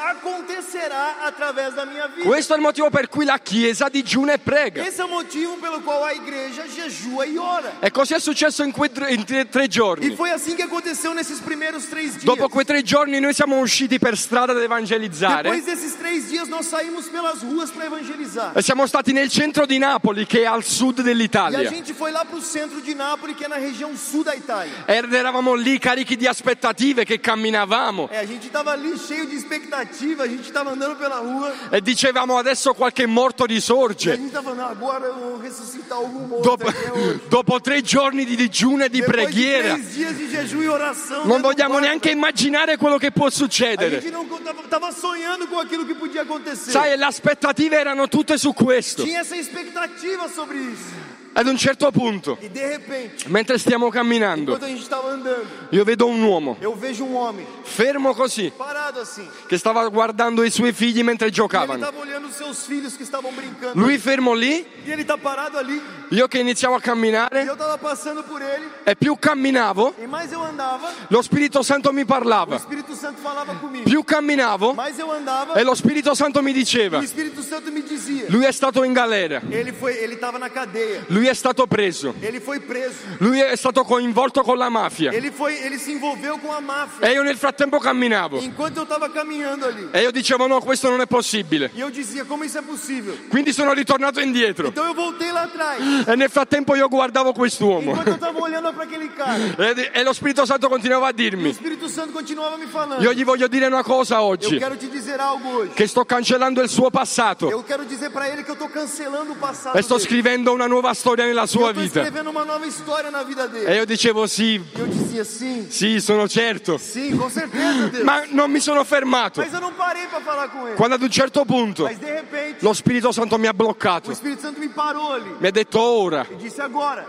S2: acontecerá através da minha vida.
S3: Questo è il motivo per cui la Chiesa digiuna e prega.
S2: Esse é o motivo pelo qual a igreja jejua e ora.
S3: E così è successo in, quei tre- in tre- tre
S2: E
S3: giorni.
S2: foi assim que aconteceu nesses primeiros três dias.
S3: Dopo quei tre giorni noi siamo usciti per strada ad
S2: Depois
S3: evangelizzare
S2: desses três dias, nós saímos pelas ruas para evangelizar.
S3: e siamo stati nel centro di Napoli che è al sud
S2: E a
S3: dell'Italia.
S2: gente foi lá para o centro de Nápoles, que é na região sul da Itália.
S3: Ed eravamo lì carichi di aspettative che camminavamo.
S2: É, a gente estava ali cheio de expectativa, a gente estava andando pela rua
S3: E dicevamo adesso qualche morto
S2: e a
S3: risorge.
S2: gente estava falando, "Ah, agora eu vou ressuscitar algum morto
S3: Dopo,
S2: aqui é hoje.
S3: dopo tre giorni di digiuno e di
S2: Depois
S3: preghiera,
S2: De três dias de jejum e oração.
S3: non
S2: dando
S3: vogliamo
S2: volta.
S3: neanche immaginare quello che può
S2: A
S3: succedere.
S2: gente não contava, tava sonhando com aquilo que podia acontecer.
S3: né? Sai, le aspettative erano tutte su questo.
S2: Tinha essa expectativa sobre isso.
S3: Ad un certo punto,
S2: E de repente,
S3: mentre stiamo camminando,
S2: enquanto a gente estava andando,
S3: io vedo un uomo,
S2: eu vejo um homem
S3: fermo così,
S2: parado assim.
S3: che stava guardando i suoi figli mentre
S2: Ele
S3: giocavano.
S2: estava olhando os seus filhos que estavam brincando.
S3: Lui fermo lì,
S2: E ele tá parado ali.
S3: io che iniziavo a
S2: E
S3: camminare,
S2: eu tava passando por ele.
S3: e più camminavo,
S2: E mais eu andava,
S3: lo Spirito Santo mi
S2: o
S3: parlava.
S2: Espírito Santo falava comigo.
S3: Più camminavo,
S2: Mais eu andava,
S3: e lo Spirito Santo mi
S2: o
S3: diceva,
S2: Espírito Santo me dizia.
S3: lui è stato in galera,
S2: Ele foi, ele tava na cadeia.
S3: lui è stato preso,
S2: Ele foi preso.
S3: lui è stato coinvolto con la mafia.
S2: Ele foi, ele se envolveu com a máfia.
S3: E io nel frattempo camminavo.
S2: Enquanto eu tava caminhando ali.
S3: E io dicevo no, questo non è possibile.
S2: E eu dizia, como isso é possível?
S3: Quindi sono ritornato indietro.
S2: Então eu voltei lá atrás.
S3: E nel frattempo io guardavo quest'uomo.
S2: Enquanto eu tava olhando para aquele cara.
S3: E, di- e lo Spirito Santo continuava a
S2: O
S3: dirmi,
S2: Espírito Santo continuava me falando.
S3: io gli voglio dire una cosa
S2: Eu
S3: oggi,
S2: quero te dizer algo hoje.
S3: che sto cancellando il suo passato
S2: Eu quero dizer para ele que eu tô cancelando o passado
S3: e sto
S2: dele.
S3: scrivendo una nuova storia nella sua
S2: eu tô
S3: vita.
S2: escrevendo uma nova história na vida dele.
S3: E io dicevo sì,
S2: E eu dizia sim,
S3: sì, sono certo.
S2: sim, com certeza, Deus.
S3: Ma non mi sono fermato.
S2: Mas eu não parei para falar com ele.
S3: Quando ad un certo punto
S2: Mas de repente,
S3: lo Spirito Santo mi ha
S2: o
S3: bloccato.
S2: Espírito Santo me parou ali
S3: Mi ha detto ora
S2: e disse agora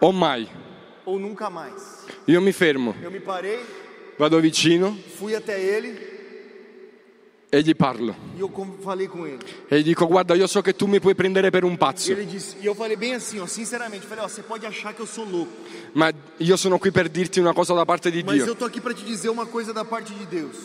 S3: o mai.
S2: ou nunca mais.
S3: Io mi fermo,
S2: Eu me parei,
S3: vado vicino
S2: fui até ele
S3: e gli parlo.
S2: e eu com- falei com ele.
S3: E gli dico guarda io so che tu mi puoi prendere per un
S2: E
S3: pazzo.
S2: ele disse, e eu falei bem assim, ó, sinceramente, falei, ó, você pode achar que eu sou louco,
S3: Ma io sono qui per dirti una cosa da parte di
S2: mas
S3: Dio.
S2: eu tô aqui para te dizer uma coisa da parte de Deus.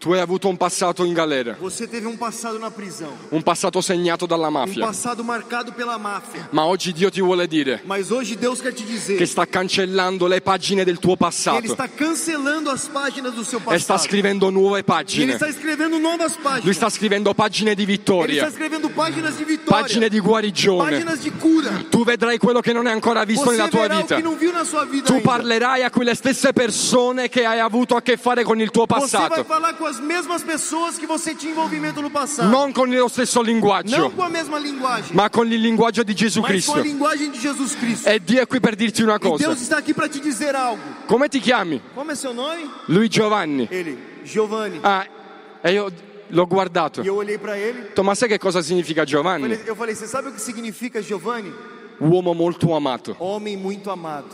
S3: Tu hai avuto un passato in galera,
S2: Você teve um passado na prisão,
S3: un passato segnato dalla
S2: um
S3: mafia.
S2: passado marcado pela máfia,
S3: Ma oggi Dio ti vuole dire
S2: mas hoje Deus quer te
S3: che
S2: dizer
S3: sta cancellando le pagine del tuo
S2: que ele
S3: passato
S2: está cancelando as páginas do seu
S3: e sta
S2: passado.
S3: scrivendo nuove
S2: E Ele
S3: pagine.
S2: está escrevendo novas páginas.
S3: Lui sta scrivendo pagine di
S2: Ele está
S3: vittoria,
S2: escrevendo páginas de vitória,
S3: pagine di guarigione.
S2: páginas de cura.
S3: Tu vedrai quello che non hai ancora visto
S2: Você
S3: nella tua
S2: verá o
S3: vita.
S2: que não viu na sua vida
S3: Tu
S2: ainda.
S3: parlerai a quelle stesse persone che hai avuto a che fare con il tuo
S2: Você vai
S3: passato,
S2: falar com as mesmas pessoas que você tinha envolvimento no passado.
S3: non con lo stesso
S2: Não
S3: linguaggio,
S2: com a mesma linguagem,
S3: ma con il linguaggio di Gesù
S2: mas com a
S3: Cristo. É,
S2: linguagem de Jesus Cristo.
S3: E Dio è qui per dirti una
S2: E
S3: cosa.
S2: Deus está aqui para te dizer algo.
S3: Come ti chiami?
S2: Como é seu nome?
S3: Lui Giovanni.
S2: Ele, Giovanni.
S3: Ah, e io l'ho guardato.
S2: E
S3: Ho
S2: eu olhei para ele.
S3: detto, ma sai che cosa significa Giovanni?
S2: falei- Eu falei, você sabe o que significa Giovanni?
S3: Uomo molto amato.
S2: Homem muito amado.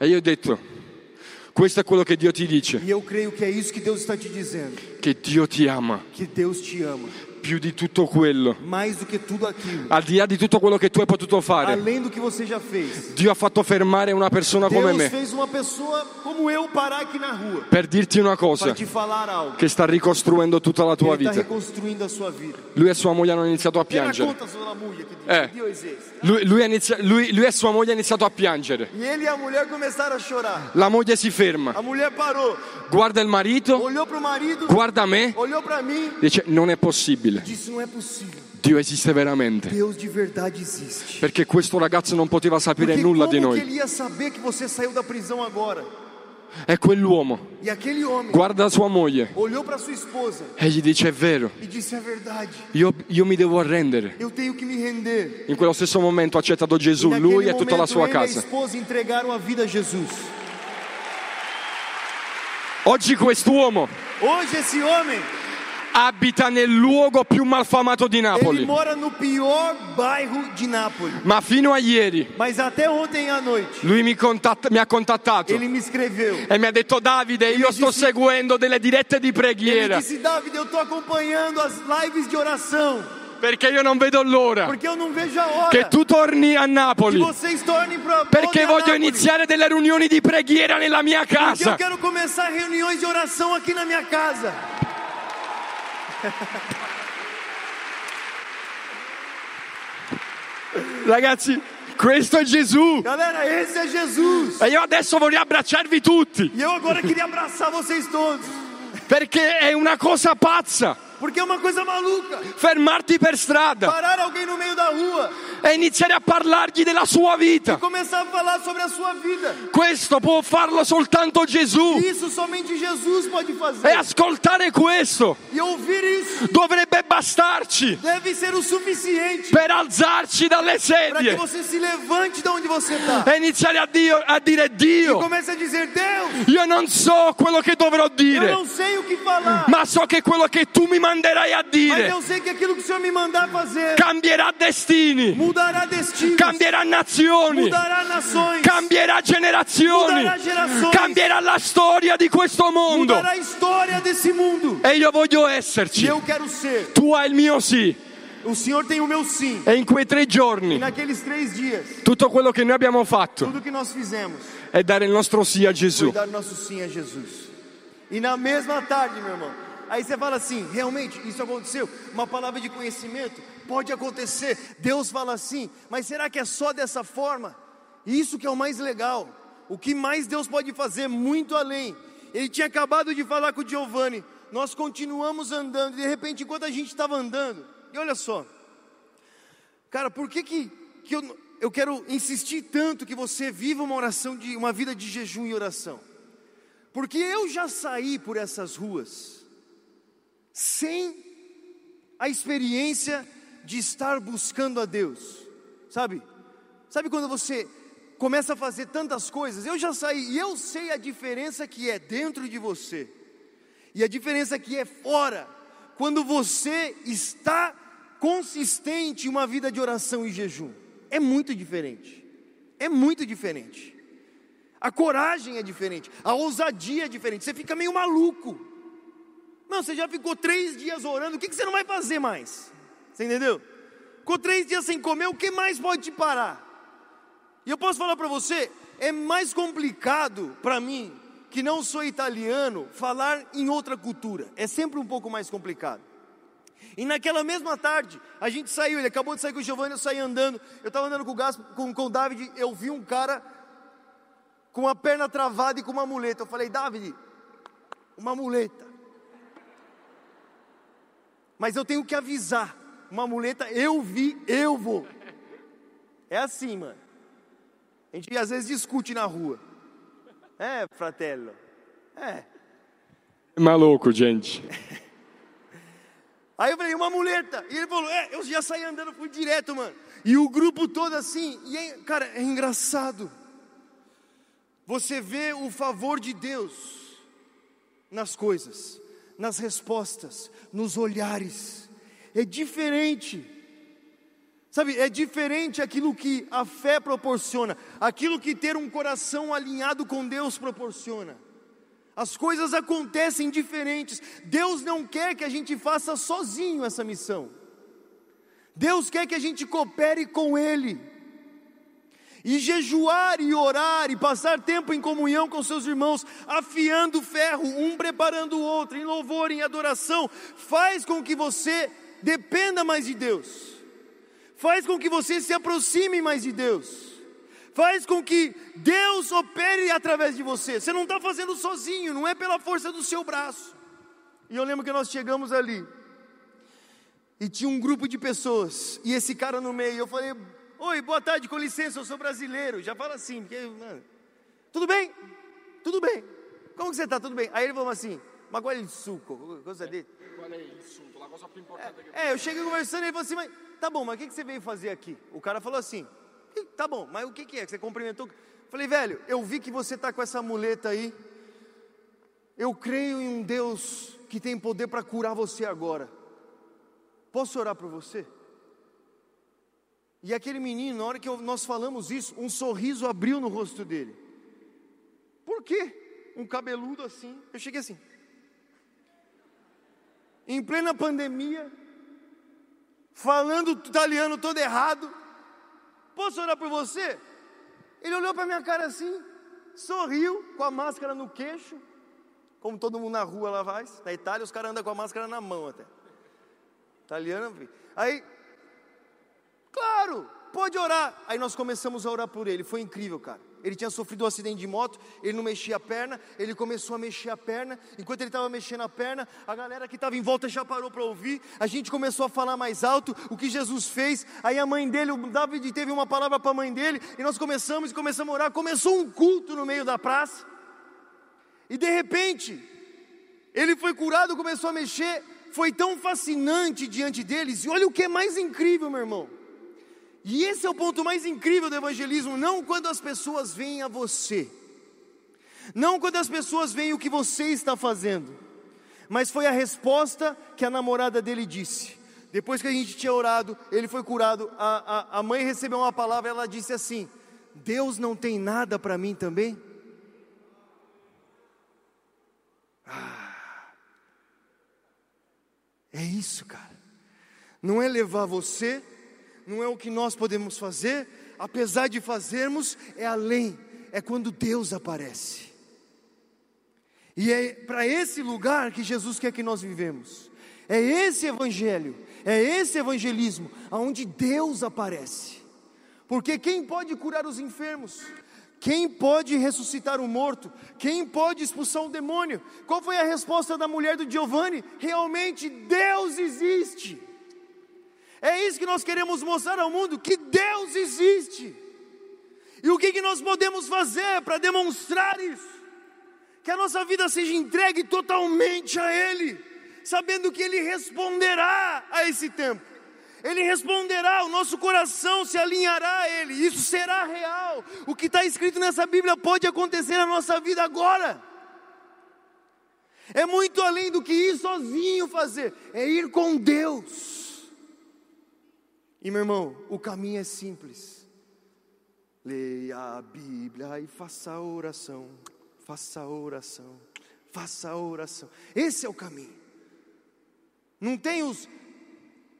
S3: E io ho detto, questo è quello che Dio ti dice,
S2: E eu creio que é isso que Deus está te dizendo.
S3: che Dio ti ama
S2: Que Deus te ama.
S3: più di tutto quello.
S2: Mais do que tudo aquilo.
S3: Al di là di tutto quello che tu hai potuto fare,
S2: Além do que você já fez.
S3: Dio ha fatto fermare una persona come
S2: Deus
S3: me
S2: fez uma pessoa como eu parar aqui na rua
S3: per dirti una
S2: para
S3: cosa,
S2: te falar algo.
S3: che sta ricostruendo tutta la tua
S2: Ele está
S3: vita.
S2: reconstruindo a sua vida.
S3: Lui e sua moglie hanno iniziato a piangere.
S2: conta sua mulher que Deus,
S3: É.
S2: que Deus existe.
S3: Lui, lui ha inizia- lui- lui e sua moglie hanno iniziato a piangere.
S2: E ele e a mulher começaram a chorar.
S3: La moglie si ferma,
S2: A mulher parou,
S3: guarda il marito,
S2: olhou pro marido,
S3: guarda me
S2: olhou para mim,
S3: Dice non è possibile,
S2: disse: Não é possível.
S3: Dio esiste veramente,
S2: Deus de verdade existe.
S3: perché questo ragazzo non poteva sapere
S2: Porque
S3: nulla
S2: como
S3: di
S2: que
S3: noi.
S2: ele ia saber que você saiu da prisão agora?
S3: E quell'uomo
S2: E aquele homem
S3: guarda sua moglie
S2: olhou para sua esposa
S3: e gli dice è vero,
S2: e disse: É verdade.
S3: io, io mi devo arrendere.
S2: Eu tenho que me render.
S3: In quello stesso momento ha accettato Gesù,
S2: Naquele
S3: lui e tutta la
S2: momento,
S3: sua
S2: ele e a
S3: casa.
S2: esposa entregaram a vida a Jesus.
S3: Oggi quest'uomo
S2: Hoje esse homem,
S3: abita nel luogo più malfamato di
S2: ele
S3: Napoli,
S2: mora no pior bairro de Nápoles.
S3: ma fino a ieri
S2: Mas até ontem à noite,
S3: lui mi, contatta- mi ha contattato
S2: ele me escreveu.
S3: e mi ha detto Davide, io sto seguendo delle dirette di
S2: Ele
S3: preghiera
S2: disse, David, eu tô acompanhando as lives de oração,
S3: perché io non vedo l'ora
S2: porque eu não vejo a
S3: che
S2: hora
S3: tu torni a
S2: que
S3: Napoli.
S2: vocês tornem para
S3: Perché voglio iniziare delle riunioni di preghiera nella mia
S2: Eu
S3: casa.
S2: quero começar reuniões de oração aqui na minha casa.
S3: Ragazzi, questo è Gesù.
S2: Galera, esse é Jesus.
S3: E io adesso voglio abbracciarvi tutti.
S2: E eu agora queria abraçar vocês todos,
S3: Perché è una cosa pazza.
S2: porque é uma coisa maluca.
S3: Fermarti per strada.
S2: Parar alguém no meio da rua
S3: e iniziare a parlargli della sua vita.
S2: Começar a falar sobre a sua vida.
S3: Questo può farlo soltanto Gesù.
S2: Isso somente Jesus pode
S3: E
S2: fazer.
S3: ascoltare questo
S2: E ouvir isso
S3: dovrebbe bastarci
S2: deve ser o suficiente
S3: per alzarci dalle
S2: para que
S3: sedie
S2: você se levante de onde você tá. está.
S3: e iniziare a, Dio- a dire Dio,
S2: Comece a dizer: Deus,
S3: io non so quello che dovrò
S2: eu
S3: dire,
S2: não sei o que falar,
S3: ma so che quello che tu mi manderai a
S2: mas
S3: dire
S2: eu sei que aquilo que o Senhor me mandar fazer
S3: cambierà destini,
S2: mudará destinos,
S3: cambierà nazioni,
S2: mudará nações,
S3: cambierà generazioni,
S2: Mudarà generazioni.
S3: cambierà la storia di questo mondo.
S2: mudará a história desse mundo.
S3: E io voglio
S2: E
S3: esserci.
S2: eu quero ser.
S3: Tu hai il mio sì.
S2: O Senhor tem o meu sim.
S3: E in quei tre giorni
S2: Naqueles três dias,
S3: tutto quello che noi abbiamo fatto
S2: tudo que nós fizemos
S3: è dare il nostro sì a Gesù.
S2: foi dar o nosso sim a Jesus. E na mesma tarde, meu irmão, aí você fala assim: realmente isso aconteceu? Uma palavra de conhecimento pode acontecer. Deus fala assim, mas será que é só dessa forma? Isso que é o mais legal. O que mais Deus pode fazer muito além. Ele tinha acabado de falar com o Giovanni. Nós continuamos andando, e de repente, enquanto a gente estava andando, e olha só, Cara, por que que, que eu, n- eu quero insistir tanto que você viva uma oração de uma vida de jejum e oração? Porque eu já saí por essas ruas sem a experiência de estar buscando a Deus. Sabe? Sabe quando você começa a fazer tantas coisas? Eu já saí e eu sei a diferença que é dentro de você e a diferença que é fora, quando você está consistente em uma vida de oração e jejum, é muito diferente. É muito diferente. A coragem é diferente, a ousadia é diferente. Você fica meio maluco. Não, você já ficou três dias orando, o que, que você não vai fazer mais? Você entendeu? Ficou três dias sem comer, o que mais pode te parar? E eu posso falar para você, é mais complicado para mim, que não sou italiano, falar em outra cultura. É sempre um pouco mais complicado. E naquela mesma tarde, a gente saiu, ele acabou de sair com o Giovanni, eu saí andando, eu estava andando com o, Gas, com, com o David, eu vi um cara com a perna travada e com uma muleta. Eu falei, David, uma muleta. Mas eu tenho que avisar, uma muleta, eu vi, eu vou. É assim, mano. A gente às vezes discute na rua. É, fratello. É.
S3: Maluco, gente.
S2: Aí eu falei, uma muleta. E ele falou, é, eu já saí andando, fui direto, mano. E o grupo todo assim. E é, cara, é engraçado. Você vê o favor de Deus nas coisas, nas respostas, nos olhares. É diferente. Sabe, é diferente aquilo que a fé proporciona, aquilo que ter um coração alinhado com Deus proporciona. As coisas acontecem diferentes. Deus não quer que a gente faça sozinho essa missão. Deus quer que a gente coopere com Ele. E jejuar e orar e passar tempo em comunhão com seus irmãos, afiando o ferro, um preparando o outro, em louvor, em adoração, faz com que você dependa mais de Deus faz com que você se aproxime mais de Deus, faz com que Deus opere através de você. Você não está fazendo sozinho, não é pela força do seu braço. E eu lembro que nós chegamos ali, e tinha um grupo de pessoas, e esse cara no meio. Eu falei: Oi, boa tarde, com licença, eu sou brasileiro. Já fala assim, porque. mano, Tudo bem? Tudo bem. Como que você está? Tudo bem. Aí ele falou assim: Mas qual é o suco? Coisa dele. É, eu cheguei conversando e ele falou assim, mas tá bom, mas o que, que você veio fazer aqui? O cara falou assim, "Ih, tá bom, mas o que, que é? que Você cumprimentou? Falei, velho, eu vi que você tá com essa muleta aí. Eu creio em um Deus que tem poder para curar você agora. Posso orar por você? E aquele menino, na hora que eu- nós falamos isso, um sorriso abriu no rosto dele. Por quê? Um cabeludo assim. Eu cheguei assim. Em plena pandemia, falando italiano todo errado. Posso orar por você? Ele olhou para minha cara assim, sorriu com a máscara no queixo, como todo mundo na rua lá faz. Na Itália os caras andam com a máscara na mão até. Italiano, vi. aí, claro, pode orar. Aí nós começamos a orar por ele. Foi incrível, cara. Ele tinha sofrido um acidente de moto, ele não mexia a perna, ele começou a mexer a perna. Enquanto ele estava mexendo a perna, a galera que estava em volta já parou para ouvir. A gente começou a falar mais alto o que Jesus fez. Aí a mãe dele, o David teve uma palavra para a mãe dele, e nós começamos e começamos a orar. Começou um culto no meio da praça. E de repente, ele foi curado, começou a mexer, foi tão fascinante diante deles. E olha o que é mais incrível, meu irmão. E esse é o ponto mais incrível do evangelismo, não quando as pessoas veem a você. Não quando as pessoas veem o que você está fazendo. Mas foi a resposta que a namorada dele disse. Depois que a gente tinha orado, ele foi curado. A, a, a mãe recebeu uma palavra, ela disse assim: Deus não tem nada para mim também? Ah, é isso, cara. Não é levar você, não é o que nós podemos fazer, apesar de fazermos, é além, é quando Deus aparece. E é para esse lugar que Jesus quer que nós vivemos. É esse evangelho, é esse evangelismo aonde Deus aparece. Porque quem pode curar os enfermos? Quem pode ressuscitar o morto? Quem pode expulsar o demônio? Qual foi a resposta da mulher do Giovanni? Realmente Deus existe. É isso que nós queremos mostrar ao mundo: que Deus existe. E o que, que nós podemos fazer para demonstrar isso? Que a nossa vida seja entregue totalmente a Ele, sabendo que Ele responderá a esse tempo. Ele responderá, o nosso coração se alinhará a Ele, isso será real. O que está escrito nessa Bíblia pode acontecer na nossa vida agora. É muito além do que ir sozinho fazer, é ir com Deus. E meu irmão, o caminho é simples. Leia a Bíblia e faça a oração, faça a oração, faça a oração. Esse é o caminho. Não tem os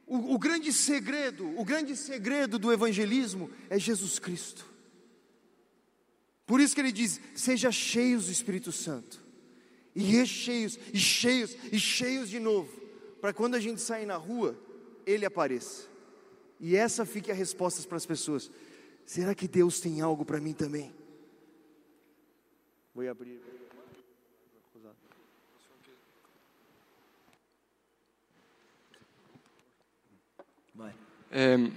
S2: o, o, grande segredo, o grande segredo do evangelismo é Jesus Cristo. Por isso que ele diz: seja cheios do Espírito Santo, e recheios, e cheios, e cheios de novo, para quando a gente sair na rua, ele apareça. E essa fique a resposta para as pessoas: será que Deus tem algo para mim também? Vou abrir.
S3: Eh,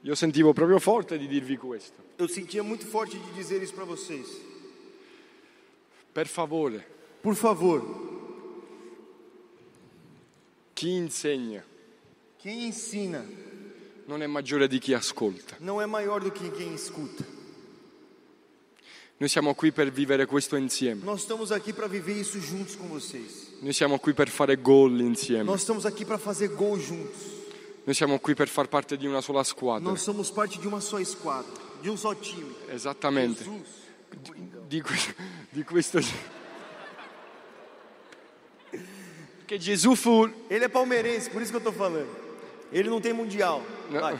S3: io sentivo proprio forte di dirvi questo.
S2: Eu sentia muito forte de dizer isso para vocês.
S3: Per favore,
S2: Por favor,
S3: chi insegna
S2: quem ensina
S3: non è maggiore di chi ascolta.
S2: não é maior do que quem escuta.
S3: Noi siamo qui per vivere questo insieme.
S2: Nós estamos aqui para viver isso juntos com vocês.
S3: Noi siamo qui per fare gol insieme.
S2: Nós estamos aqui para fazer gol juntos.
S3: Noi siamo qui per far parte di una sola squadra.
S2: Nós somos parte de uma só esquadra, de um só time.
S3: Esattamente.
S2: Jesus.
S3: Di, que- di questo. Perché Gesù fu
S2: Ele é palmeirense, por isso que eu estou falando. Ele não tem mundial.
S3: Não.
S2: Vai.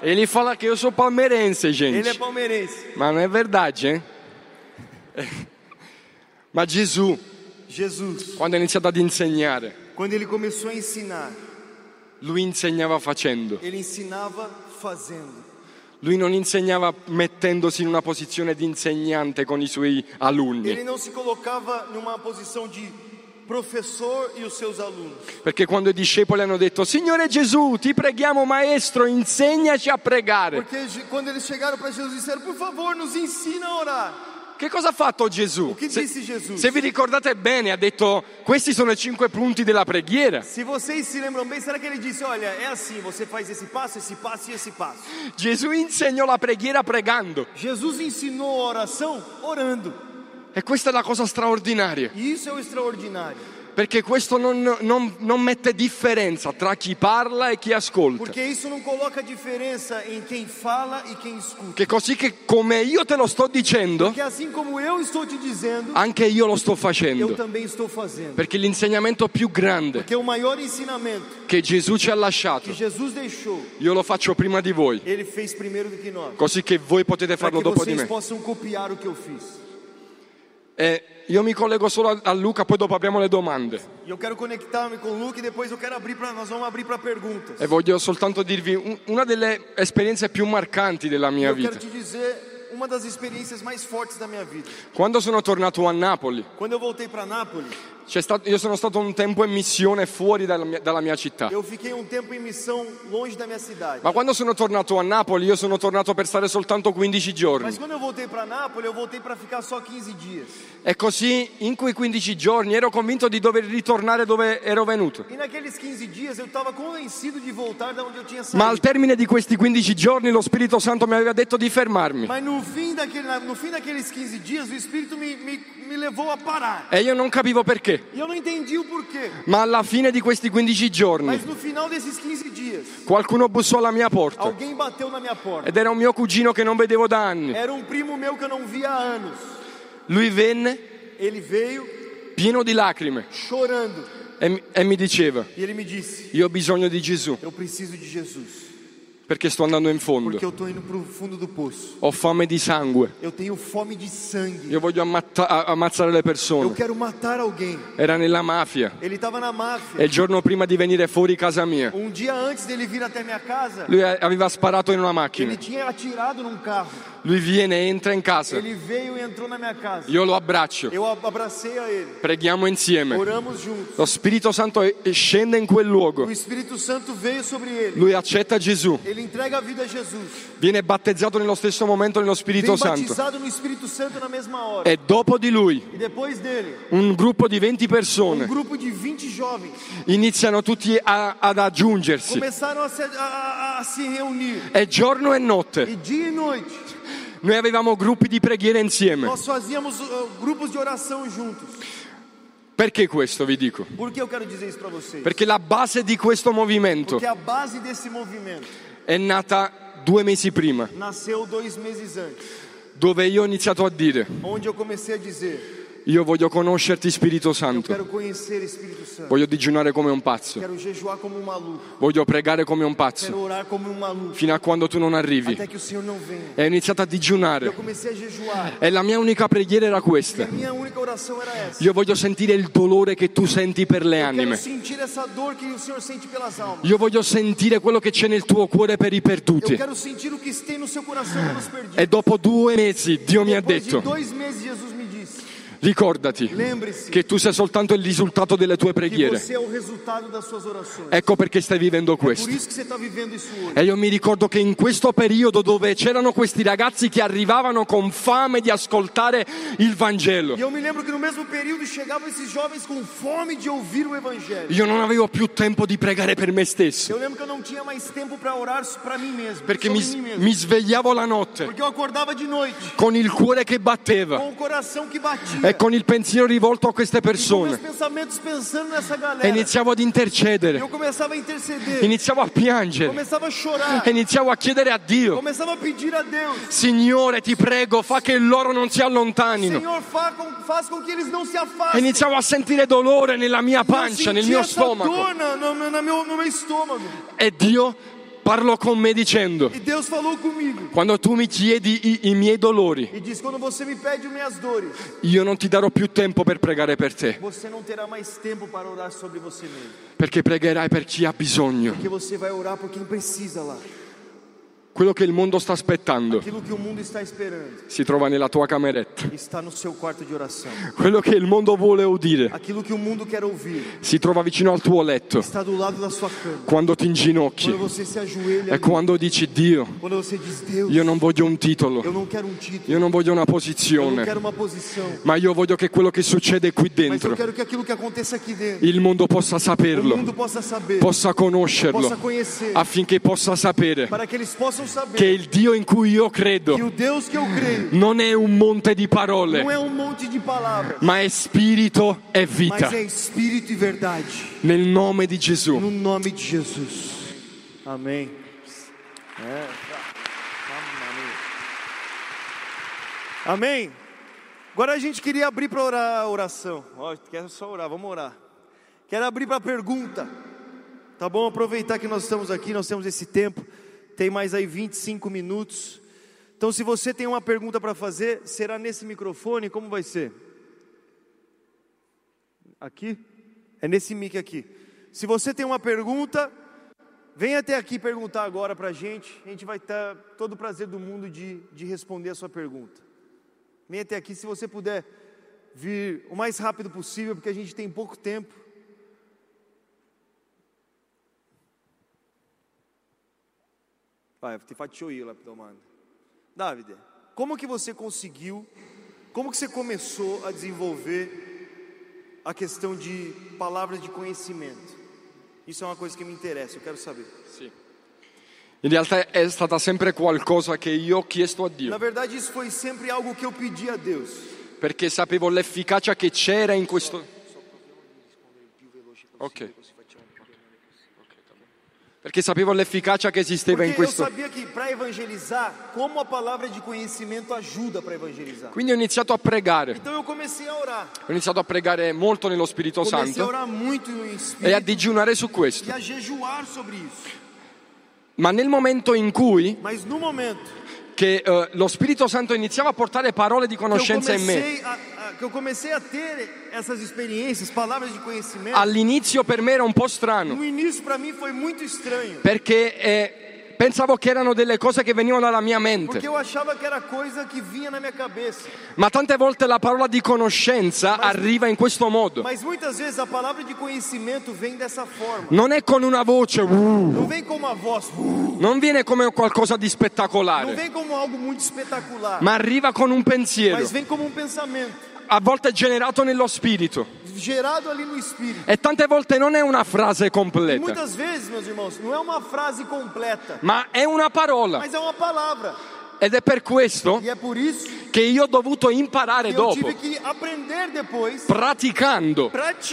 S3: Ele fala que eu sou palmeirense,
S2: Ele é
S3: gente.
S2: palmeirense.
S3: Mas não é verdade, hein? Mas Jesus,
S2: Jesus,
S3: quando ha iniziato ad insegnare,
S2: quando ele começou a ensinar,
S3: lui insegnava facendo.
S2: ele ensinava fazendo.
S3: Lui non insegnava mettendosi in una posizione di insegnante con i suoi alunni.
S2: Ele não se colocava numa posição de professor e os seus alunos.
S3: Perché quando i discepoli hanno detto, Signore Gesù, ti preghiamo maestro, insegnaci a pregare.
S2: Porque Je- quando eles chegaram para Jesus e disseram, por favor, nos ensina a orar.
S3: Che cosa ha fatto Gesù?
S2: O que
S3: Se,
S2: disse Jesus?
S3: se vi ricordate bene, ha detto, questi sono i cinque punti della preghiera.
S2: Se vocês se lembram bem, será que ele disse, olha, é assim, você faz esse passo, esse passo e esse passo.
S3: Gesù insegnò la preghiera pregando.
S2: Jesus ensinou a oração orando.
S3: E questa è la cosa straordinaria,
S2: E isso é o extraordinário.
S3: perché questo non, non- non mette differenza tra chi parla e chi ascolta.
S2: Porque isso não coloca diferença em quem fala e quem escuta.
S3: Che così che come io te lo sto dicendo,
S2: Porque assim como eu estou te dizendo,
S3: anche io lo sto
S2: eu
S3: facendo.
S2: também estou fazendo.
S3: Perché l'insegnamento più grande
S2: Porque o maior ensinamento
S3: che Gesù ci ha
S2: que
S3: lasciato,
S2: Jesus deixou,
S3: io lo faccio prima di voi,
S2: ele fez primeiro do que nós.
S3: così che voi potete
S2: Para
S3: farlo
S2: que
S3: dopo di
S2: vocês
S3: me.
S2: possam copiar o que eu fiz.
S3: E io mi collego solo a- a Luca, poi dopo apriamo le domande.
S2: E eu quero conectar-me com o Luke e depois eu quero abrir para nós vamos abrir para perguntas.
S3: E voglio soltanto dirvi un- una delle esperienze più marcanti della mia
S2: Eu quero
S3: vita.
S2: te dizer uma das experiências mais fortes da minha vida.
S3: Quando sono tornato a Napoli,
S2: Quando eu voltei para Nápoles,
S3: c'è stato- io sono stato un tempo in missione fuori dalla mia, dalla mia città.
S2: eu fiquei um tempo em missão longe da minha cidade.
S3: Ma quando sono tornato a Napoli, io sono tornato per stare soltanto 15 giorni.
S2: Mas quando eu voltei para Nápoles, eu voltei para ficar só 15 dias.
S3: E così in quei 15 giorni ero convinto di dover ritornare dove ero venuto.
S2: E naqueles 15 dias eu estava convencido de voltar da onde eu tinha
S3: Ma al
S2: saído.
S3: termine di questi 15 giorni lo Spirito Santo mi aveva detto di fermarmi.
S2: Mas no fim, daquele, na- no fim daqueles 15 dias, o Espírito me, me, me levou a parar.
S3: E io non capivo perché.
S2: E eu não entendi o porquê.
S3: Ma alla fine di questi 15
S2: Mas
S3: giorni
S2: no final desses 15 dias,
S3: qualcuno bussò alla mia porta.
S2: alguém bateu na minha porta.
S3: Ed era un mio cugino che non vedevo da anni.
S2: Era um primo meu que eu não via há anos.
S3: Lui venne
S2: Ele veio
S3: pieno di lacrime
S2: chorando
S3: e, mi- e mi diceva,
S2: e ele me disse:
S3: io ho bisogno di Gesù
S2: Eu preciso de Jesus,
S3: perché sto andando in fondo.
S2: porque eu estou indo para o fundo do poço.
S3: Ho fame di sangue.
S2: Eu tenho fome de sangue.
S3: Io voglio ammatta- a- ammazzare le
S2: Eu
S3: persone.
S2: quero matar alguém.
S3: Era nella mafia.
S2: Ele estava na
S3: E
S2: máfia.
S3: il giorno prima di venire fuori casa mia,
S2: Um dia antes dele vir até minha casa,
S3: lui a- aveva sparato in una macchina.
S2: ele tinha atirado num carro.
S3: Lui viene e entra in casa.
S2: Ele veio e entrou na minha casa.
S3: Io lo abbraccio.
S2: Eu ab- abracei a ele.
S3: Preghiamo insieme.
S2: Oramos juntos.
S3: Lo Spirito Santo e- e scende in quel
S2: O
S3: luogo.
S2: Espírito Santo veio sobre ele.
S3: Lui accetta Gesù.
S2: Ele entrega a vida a Jesus.
S3: Viene battezzato nello stesso momento nello
S2: Vem
S3: Spirito Então, Santo.
S2: batizado no Espírito Santo na mesma hora.
S3: E dopo di lui,
S2: E depois dele,
S3: un gruppo di 20
S2: um
S3: persone
S2: grupo de 20 jovens
S3: iniziano tutti a- ad aggiungersi.
S2: começaram a se, a- a- a se reunir.
S3: È giorno e notte.
S2: E dia e noite,
S3: Noi avevamo gruppi di preghiera insieme.
S2: nós fazíamos uh, grupos de oração juntos.
S3: Perché questo vi dico?
S2: Por que eu quero dizer isso para vocês?
S3: Perché la base di questo movimento
S2: Porque a base desse movimento
S3: è nata due mesi prima,
S2: nasceu dois meses antes,
S3: dove io ho iniziato a dire,
S2: onde eu comecei a dizer:
S3: io voglio conoscerti Spirito
S2: Eu
S3: Santo,
S2: quero conhecer Espírito Santo.
S3: voglio digiunare come un pazzo,
S2: Quero jejuar como um maluco.
S3: voglio pregare come un
S2: Quero
S3: pazzo,
S2: orar como um maluco.
S3: fino a quando tu non arrivi.
S2: Até que o Senhor não venha.
S3: E ho iniziato a
S2: Eu
S3: digiunare
S2: comecei a jejuar.
S3: e la mia unica preghiera era
S2: E a
S3: questa.
S2: minha única oração era essa.
S3: Io voglio sentire il dolore che tu senti per le
S2: Eu quero
S3: anime.
S2: sentir essa dor que o Senhor sente pelas almas.
S3: Io voglio sentire quello che c'è nel tuo cuore per i
S2: Eu
S3: perduti.
S2: quero sentir o que tem no seu coração pelos
S3: E
S2: perdidos.
S3: dopo due mesi Dio mi ha
S2: Depois de
S3: detto,
S2: dois meses, Jesus me disse:
S3: ricordati
S2: Lembre-se
S3: che tu sei soltanto il risultato delle tue
S2: que
S3: preghiere.
S2: você é o resultado das suas orações.
S3: Ecco perché stai vivendo
S2: Por
S3: questo.
S2: isso que você está vivendo isso hoje.
S3: E io mi ricordo che in questo periodo dove c'erano questi ragazzi che arrivavano con fame di ascoltare il Vangelo,
S2: E eu me lembro que no mesmo período chegavam esses jovens com fome de ouvir o Evangelho.
S3: io non avevo più tempo di pregare per me stesso,
S2: Eu lembro que eu não tinha mais tempo para orar para mim mesmo.
S3: perché mi,
S2: sobre mim mesmo.
S3: mi svegliavo la notte
S2: Porque eu acordava de noite
S3: con il cuore che batteva
S2: com o coração que batia.
S3: e con il pensiero rivolto a queste
S2: com meus
S3: persone
S2: pensamentos pensando nessa
S3: e
S2: galera.
S3: iniziavo ad intercedere,
S2: Eu começava a interceder.
S3: iniziavo a piangere
S2: Começava a chorar.
S3: e iniziavo a chiedere a Dio,
S2: Começava a pedir a Deus.
S3: Signore ti prego fa che loro non si allontanino.
S2: Senhor, fa com- faz com que eles não se
S3: E
S2: afastem.
S3: iniziavo a sentire dolore nella mia
S2: Eu
S3: pancia, nel
S2: sentia
S3: mio
S2: essa
S3: stomaco.
S2: dor na- na- na- na meu- no meu estômago.
S3: E Dio parlò con me dicendo,
S2: E Deus falou comigo.
S3: quando tu mi chiedi i, i miei dolori,
S2: E diz: Quando você me pede as minhas dores,
S3: io non ti darò più tempo per pregare per te,
S2: você não terá mais tempo para orar sobre você mesmo.
S3: perché pregherai per chi ha bisogno.
S2: Porque você vai orar por quem precisa lá.
S3: Quello che il mondo sta aspettando
S2: Aquilo que o mundo está esperando
S3: si trova nella tua cameretta.
S2: está no seu quarto de oração.
S3: Quello che il mondo vuole udire
S2: Aquilo que o mundo quer ouvir
S3: si trova vicino al tuo letto,
S2: está do lado da sua cama.
S3: quando ti
S2: Quando
S3: inginocchi
S2: você se ajoelha,
S3: e quando dici Dio,
S2: quando você diz Deus,
S3: io non voglio un titolo,
S2: eu não quero um título,
S3: io non voglio una
S2: eu não
S3: posizione,
S2: quero uma posição,
S3: ma io voglio che quello che succede qui
S2: mas eu
S3: dentro
S2: quero que aquilo que aconteça aqui dentro,
S3: il mondo possa
S2: o
S3: saperlo.
S2: mundo possa saber,
S3: possa
S2: possa
S3: conoscerlo
S2: conhecer,
S3: affinché possa sapere
S2: para que eles possam
S3: che
S2: saber
S3: il Dio in cui io
S2: que
S3: credo
S2: o Deus que eu creio
S3: non è un monte di
S2: não
S3: parole,
S2: é um monte de palavras,
S3: ma è spirito e vita.
S2: mas é espírito e verdade,
S3: Nel nome di Gesù.
S2: no nome de Jesus. Amém. É, Amém. Agora a gente queria abrir para orar a oração. Ó, quero só orar, vamos orar. Quero abrir para pergunta. Tá bom? Aproveitar que nós estamos aqui, nós temos esse tempo. Tem mais aí 25 minutos. Então, se você tem uma pergunta para fazer, será nesse microfone? Como vai ser? Aqui? É nesse mic aqui. Se você tem uma pergunta, Vem até aqui perguntar agora para a gente, a gente vai ter todo o prazer do mundo de, de responder a sua pergunta. Vem até aqui se você puder vir o mais rápido possível, porque a gente tem pouco tempo. Vai, ti faccio io la domanda. Davide, como que você conseguiu, como que você começou a desenvolver a questão de palavras de conhecimento? Isso é uma coisa que me interessa, eu quero saber.
S3: In realtà è stata sempre qualcosa che io ho chiesto a
S2: Na
S3: Dio,
S2: verdade, isso foi sempre algo que eu pedi a Deus.
S3: perché sapevo l'efficacia che c'era in questo... Ok. Perché sapevo l'efficacia che esisteva in
S2: Porque eu
S3: questo.
S2: sabia que para evangelizar, como a palavra de conhecimento ajuda para evangelizar.
S3: Quindi ho iniziato a pregare,
S2: Então eu comecei a orar.
S3: ho iniziato a pregare molto nello Spirito
S2: Comecei a
S3: Santo
S2: orar muito em
S3: e a
S2: espírito
S3: digiunare su questo.
S2: e a jejuar sobre isso.
S3: Ma nel momento in cui
S2: Mas no momento
S3: che, eh, lo Spirito Santo iniziava a portare parole di
S2: que eu,
S3: conoscenza in me,
S2: comecei a, a- que eu comecei a ter essas experiências, palavras de conhecimento,
S3: all'inizio per me era un po' strano,
S2: no início para mim foi muito estranho.
S3: perché eh, pensavo che erano delle cose che venivano dalla mia mente.
S2: Porque eu achava que era coisa que vinha na minha cabeça.
S3: Ma tante volte la parola di conoscenza arriva in questo modo.
S2: Mas muitas vezes a palavra de conhecimento vem dessa forma.
S3: Non è con una voce, "Uh",
S2: Não vem como a voz,
S3: non viene come qualcosa di
S2: não
S3: spettacolare,
S2: vem como algo muito espetacular,
S3: ma arriva con un pensiero,
S2: mas vem como um pensamento
S3: a volte generato nello spirito.
S2: gerado ali no espírito.
S3: E tante volte non è una frase completa,
S2: Muitas vezes, meus irmãos, não é uma frase completa,
S3: ma è una parola.
S2: mas é uma palavra.
S3: Ed è per questo
S2: E é por isso que
S3: che io ho dovuto imparare
S2: eu tive
S3: dopo,
S2: que aprender depois,
S3: praticando,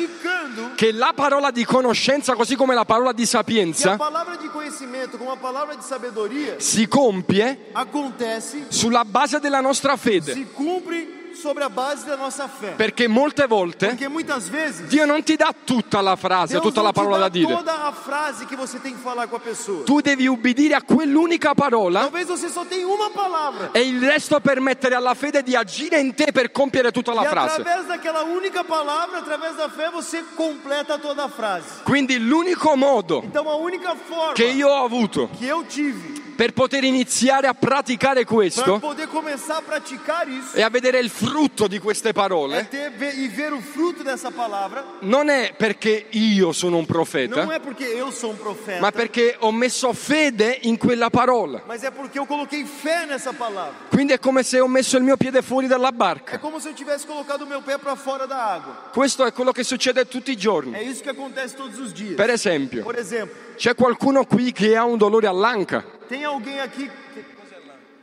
S2: praticando,
S3: che la parola di conoscenza, così come la parola di
S2: que a
S3: sapienza,
S2: palavra de conhecimento com a palavra de sabedoria
S3: si compie
S2: acontece,
S3: sulla base della nostra fede.
S2: se cumpre sobre a base da nossa fé.
S3: Perché molte volte
S2: Porque muitas vezes
S3: Dio non ti dà tutta la frase,
S2: Deus
S3: tutta
S2: não
S3: la
S2: te
S3: parola da
S2: dá
S3: dire.
S2: toda a frase que você tem que falar com a pessoa.
S3: Tu devi ubbidire a quell'unica parola
S2: Talvez você só tenha uma palavra.
S3: e il resto permettere alla fede di agire in te per compiere tutta la
S2: E
S3: É frase.
S2: através daquela única palavra, através da fé, você completa toda a frase.
S3: Quindi l'unico modo
S2: Então a única forma
S3: che io ho avuto
S2: que eu tive
S3: per poter iniziare a praticare
S2: para
S3: questo
S2: poder começar a praticar isso
S3: e a vedere il frutto di queste
S2: é
S3: parole
S2: ter ver- e ver o fruto dessa palavra.
S3: non è perché io sono un
S2: Não
S3: profeta,
S2: é porque eu sou um profeta,
S3: ma perché ho messo fede in quella parola.
S2: mas é porque eu coloquei fé nessa palavra.
S3: Quindi è come se ho messo il mio piede fuori dalla
S2: É
S3: barca.
S2: como se eu tivesse colocado o meu pé para fora da água.
S3: Questo è quello che succede tutti i giorni.
S2: É isso que acontece todos os dias.
S3: Per esempio,
S2: Por exemplo,
S3: C'è qualcuno qui che ha un dolore all'anca?
S2: tem alguém aqui que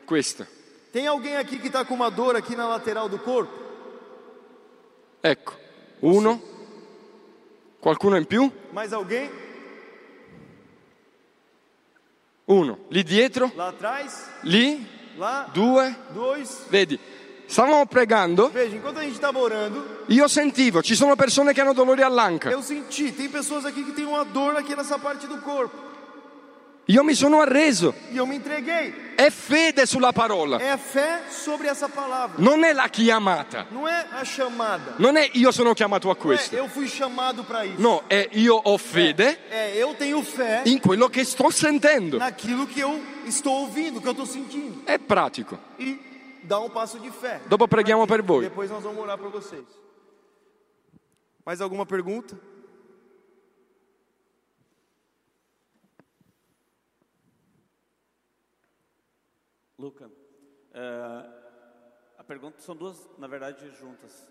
S3: Questa.
S2: Tem alguém aqui que está com uma dor aqui na lateral do corpo?
S3: Ecco. Uno. Qualcuno in più?
S2: Mais alguém?
S3: Uno. Lì dietro?
S2: Lá atrás?
S3: Lì?
S2: Lá?
S3: Due?
S2: Dois?
S3: Vedi? Stavamo pregando,
S2: Veja, enquanto a gente tá estava orando,
S3: io sentivo, ci sono persone che hanno dolore all'anca.
S2: eu senti, tem pessoas aqui que tem uma dor aqui nessa parte do corpo.
S3: Io mi sono arreso.
S2: E eu me entreguei.
S3: È fede sulla parola.
S2: É a fé sobre essa palavra.
S3: Non è la chiamata.
S2: Não é a chamada.
S3: Non è io sono chiamato a
S2: Não é
S3: questo.
S2: eu fui chamado para isso.
S3: No, è io ho fede
S2: É, eu tenho fé
S3: in quello che sto sentendo.
S2: naquilo que eu estou ouvindo, que eu estou sentindo.
S3: È pratico.
S2: E dá um passo de fé.
S3: Dopo preghiamo per voi.
S2: Depois nós vamos orar para vocês. Mais alguma pergunta?
S4: Luca, eh, a pergunta são duas, na verdade, juntas.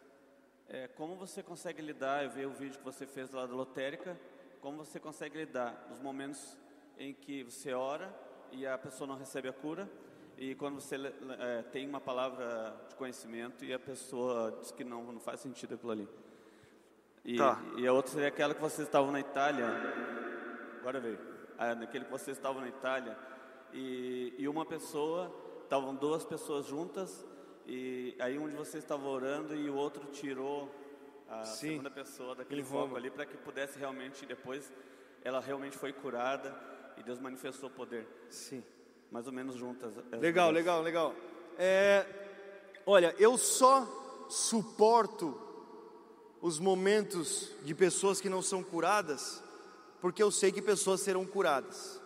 S4: Eh, como você consegue lidar? Eu vi o vídeo que você fez lá da lotérica. Como você consegue lidar nos momentos em que você ora e a pessoa não recebe a cura? E quando você le- le- eh, tem uma palavra de conhecimento e a pessoa diz que não, não faz sentido aquilo ali. E,
S2: Tá.
S4: e a outra seria aquela que vocês estavam na Itália Agora veio. Ah, naquele que vocês estavam na Itália e, e uma pessoa, estavam duas pessoas juntas e aí um de vocês estava orando e o outro tirou a
S2: Sim.
S4: segunda pessoa daquele
S2: Em Roma.
S4: foco ali para que pudesse realmente depois ela realmente foi curada e Deus manifestou o poder.
S2: Sim.
S4: Mais ou menos juntas. as
S2: Legal,
S4: duas.
S2: legal, legal. É, olha, eu só suporto os momentos de pessoas que não são curadas, porque eu sei que pessoas serão curadas.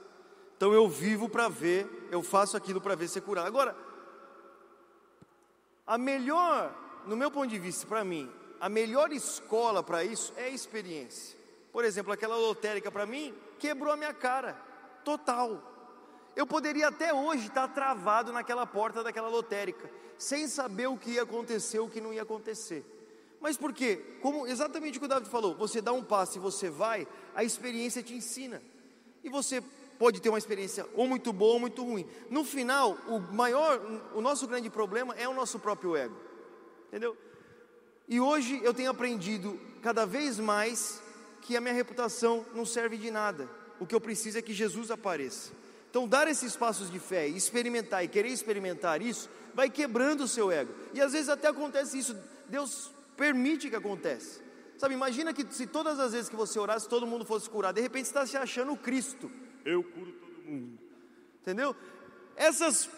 S2: Então eu vivo para ver, eu faço aquilo para ver ser curado. Agora, a melhor, no meu ponto de vista, para mim, a melhor escola para isso é a experiência. Por exemplo, aquela lotérica para mim quebrou a minha cara, total. Eu poderia até hoje estar travado naquela porta daquela lotérica, sem saber o que ia acontecer, o que não ia acontecer. Mas por quê? Como exatamente o que o David falou, você dá um passo e você vai, a experiência te ensina. E você pode ter uma experiência ou muito boa ou muito ruim. No final, o maior, o nosso grande problema é o nosso próprio ego. Entendeu? E hoje eu tenho aprendido cada vez mais que a minha reputação não serve de nada. O que eu preciso é que Jesus apareça. Então, dar esses passos de fé, experimentar e querer experimentar isso, vai quebrando o seu ego. E às vezes até acontece isso. Deus permite que aconteça. Sabe, imagina que se todas as vezes que você orasse, todo mundo fosse curado. De repente, você está se achando o Cristo. Eu curo todo mundo. Entendeu? Essas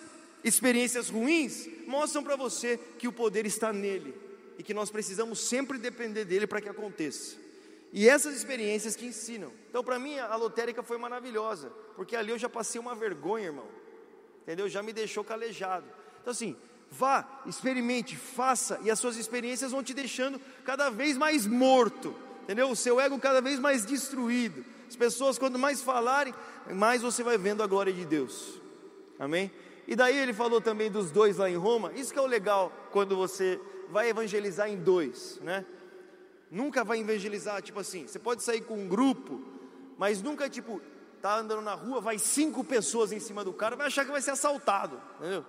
S2: experiências ruins mostram para você que o poder está nele e que nós precisamos sempre depender dele para que aconteça. E essas experiências que ensinam. Então, para mim, a lotérica foi maravilhosa, porque ali eu já passei uma vergonha, irmão. Entendeu? Já me deixou calejado. Então, assim, vá, experimente, faça, e as suas experiências vão te deixando cada vez mais morto. Entendeu? O seu ego cada vez mais destruído. As pessoas, quanto mais falarem, mais você vai vendo a glória de Deus. Amém? E daí ele falou também dos dois lá em Roma. Isso que é o legal quando você vai evangelizar em dois, né? Nunca vai evangelizar, tipo assim, você pode sair com um grupo, mas nunca, tipo, tá andando na rua, vai cinco pessoas em cima do cara, vai achar que vai ser assaltado, entendeu?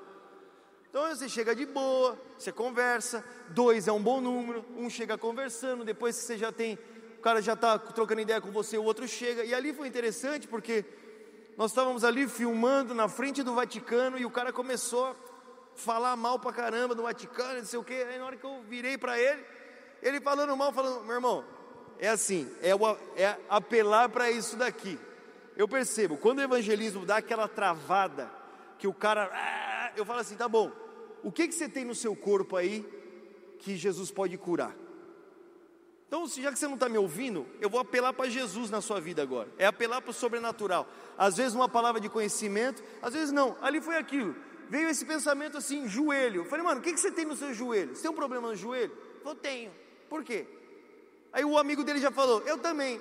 S2: Então você chega de boa, você conversa, dois é um bom número, um chega conversando, depois que você já tem, o cara já está trocando ideia com você, o outro chega. E ali foi interessante porque nós estávamos ali filmando na frente do Vaticano e o cara começou a falar mal pra caramba do Vaticano, não sei o quê. Aí na hora que eu virei para ele, ele falando mal, falando, meu irmão, é assim, é, o, é apelar para isso daqui. Eu percebo, quando o evangelismo dá aquela travada, que o cara. ah, Eu falo assim, tá bom, o que, que você tem no seu corpo aí que Jesus pode curar? Então, se- já que você não está me ouvindo, eu vou apelar para Jesus na sua vida agora. É apelar para o sobrenatural. Às vezes uma palavra de conhecimento, às vezes não. Ali foi aquilo. Veio esse pensamento assim, joelho. Eu falei, mano, o que, que você tem no seu joelho? Você tem um problema no joelho? Eu tenho. Por quê? Aí o amigo dele já falou, eu também.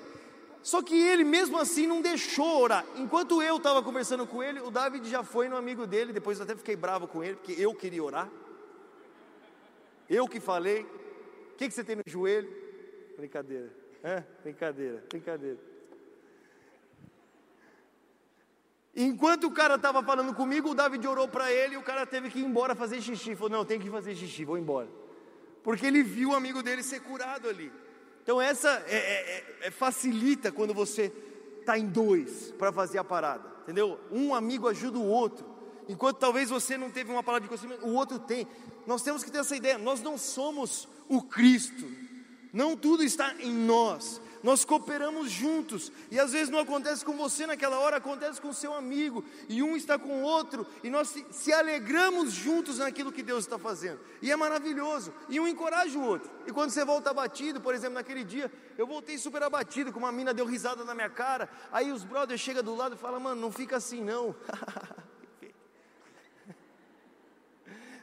S2: Só que ele mesmo assim não deixou orar. Enquanto eu estava conversando com ele, o David já foi no amigo dele. Depois eu até fiquei bravo com ele, porque eu queria orar. Eu que falei. O que, que você tem no joelho? Brincadeira. É? Brincadeira, brincadeira. Enquanto o cara estava falando comigo, o David orou para ele e o cara teve que ir embora fazer xixi. Falou: Não, tem que fazer xixi, vou embora. Porque ele viu o amigo dele ser curado ali. Então, essa é- é- é- é- facilita quando você está em dois para fazer a parada, entendeu? Um amigo ajuda o outro. Enquanto talvez você não teve uma palavra de conhecimento, o outro tem. Nós temos que ter essa ideia. Nós não somos o Cristo. Não tudo está em nós. Nós cooperamos juntos. E às vezes não acontece com você naquela hora, acontece com seu amigo. E um está com o outro. E nós se- se alegramos juntos naquilo que Deus está fazendo. E é maravilhoso. E um encoraja o outro. E quando você volta abatido, por exemplo, naquele dia, eu voltei super abatido, que uma mina deu risada na minha cara. Aí os brothers chegam do lado e falam: Mano, não fica assim não.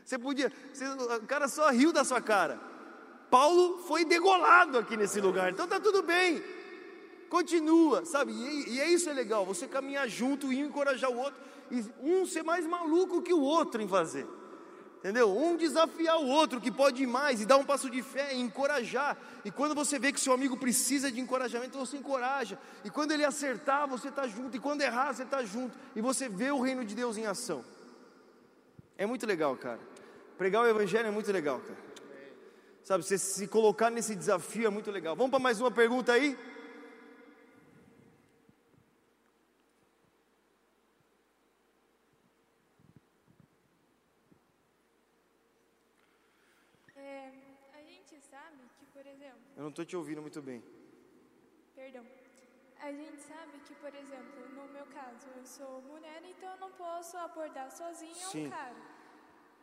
S2: Você podia. você- o cara só riu da sua cara. Paulo foi degolado aqui nesse lugar, então tá tudo bem. Continua, sabe? E, e é isso é legal, você caminhar junto e encorajar o outro, e um ser mais maluco que o outro em fazer. Entendeu? Um desafiar o outro que pode ir mais e dar um passo de fé e encorajar. E quando você vê que seu amigo precisa de encorajamento, você encoraja. E quando ele acertar, você está junto. E quando errar, você está junto. E você vê o reino de Deus em ação. É muito legal, cara. Pregar o evangelho é muito legal, cara. Sabe, você se colocar nesse desafio é muito legal. Vamos para mais uma pergunta aí?
S5: É, a gente sabe que, por exemplo,
S2: Eu não estou te ouvindo muito bem.
S5: perdão, a gente sabe que, por exemplo, no meu caso, eu sou mulher, então eu não posso abordar sozinha
S2: Sim.
S5: um cara.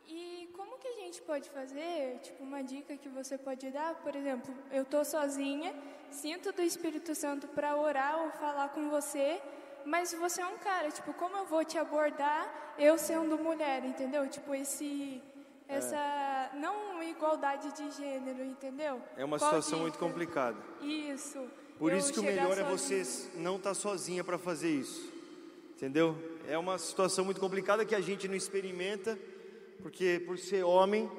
S5: E como que a gente pode fazer? Tipo, uma dica que você pode dar, por exemplo, eu tô sozinha, sinto do Espírito Santo para orar ou falar com você, mas você é um cara, tipo, como eu vou te abordar eu sendo mulher, entendeu? Tipo, esse.
S2: É.
S5: Essa não igualdade de gênero, entendeu?
S2: É uma
S5: Qual
S2: situação
S5: que-
S2: muito complicada.
S5: Isso.
S2: Por
S5: Eu
S2: isso que o
S5: chegar
S2: melhor é
S5: sozinha.
S2: você s- não estar sozinha para fazer isso. Entendeu? É uma situação muito complicada que a gente não experimenta, porque por ser homem,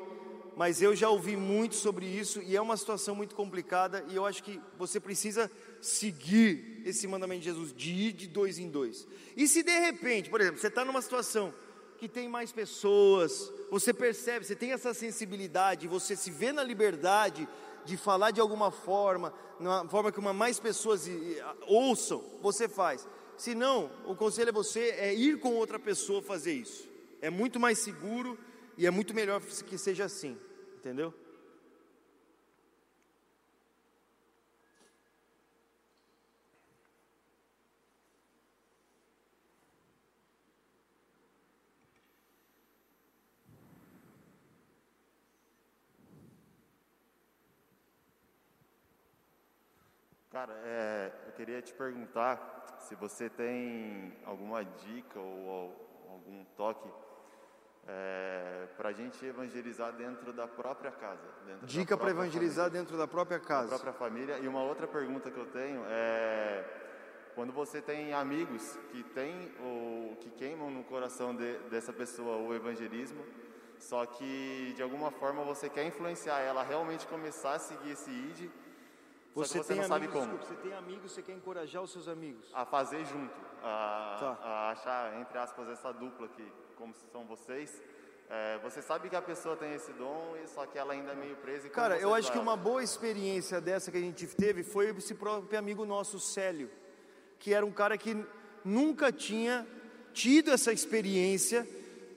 S2: mas eu já ouvi muito sobre isso e é uma situação muito complicada e eu acho que você precisa seguir esse mandamento de Jesus de ir de dois em dois. E se de repente, por exemplo, você está numa situação que tem mais pessoas, você percebe, você tem essa sensibilidade, você se vê na liberdade de falar de alguma forma, na forma que uma mais pessoas eh, eh, ouçam, você faz. Se não, o conselho é você é ir com outra pessoa fazer isso. É muito mais seguro e é muito melhor que seja assim, entendeu?
S6: Cara, é, eu queria te perguntar se você tem alguma dica ou, al- algum toque para a gente evangelizar dentro da própria casa. dentro da
S2: Dica para
S6: própria
S2: evangelizar dentro da própria
S6: da
S2: casa.
S6: própria família. E uma outra pergunta que eu tenho é quando você tem amigos que tem ou que queimam no coração de- dessa pessoa o evangelismo, só que de alguma forma você quer influenciar ela a realmente começar a seguir esse ID, só que você
S2: tem
S6: não sabe
S2: amigos,
S6: como.
S2: desculpa, Você tem amigos, você quer encorajar os seus amigos.
S6: A fazer junto, a,
S2: Tá.
S6: a achar, entre aspas, essa dupla que, como são vocês, é, você sabe que a pessoa tem esse dom, e só que ela ainda é meio presa. E como
S2: Cara,
S6: você
S2: eu acho
S6: ajudar
S2: que
S6: ela?
S2: uma boa experiência dessa que a gente teve foi esse próprio amigo nosso, Célio, que era um cara que nunca tinha tido essa experiência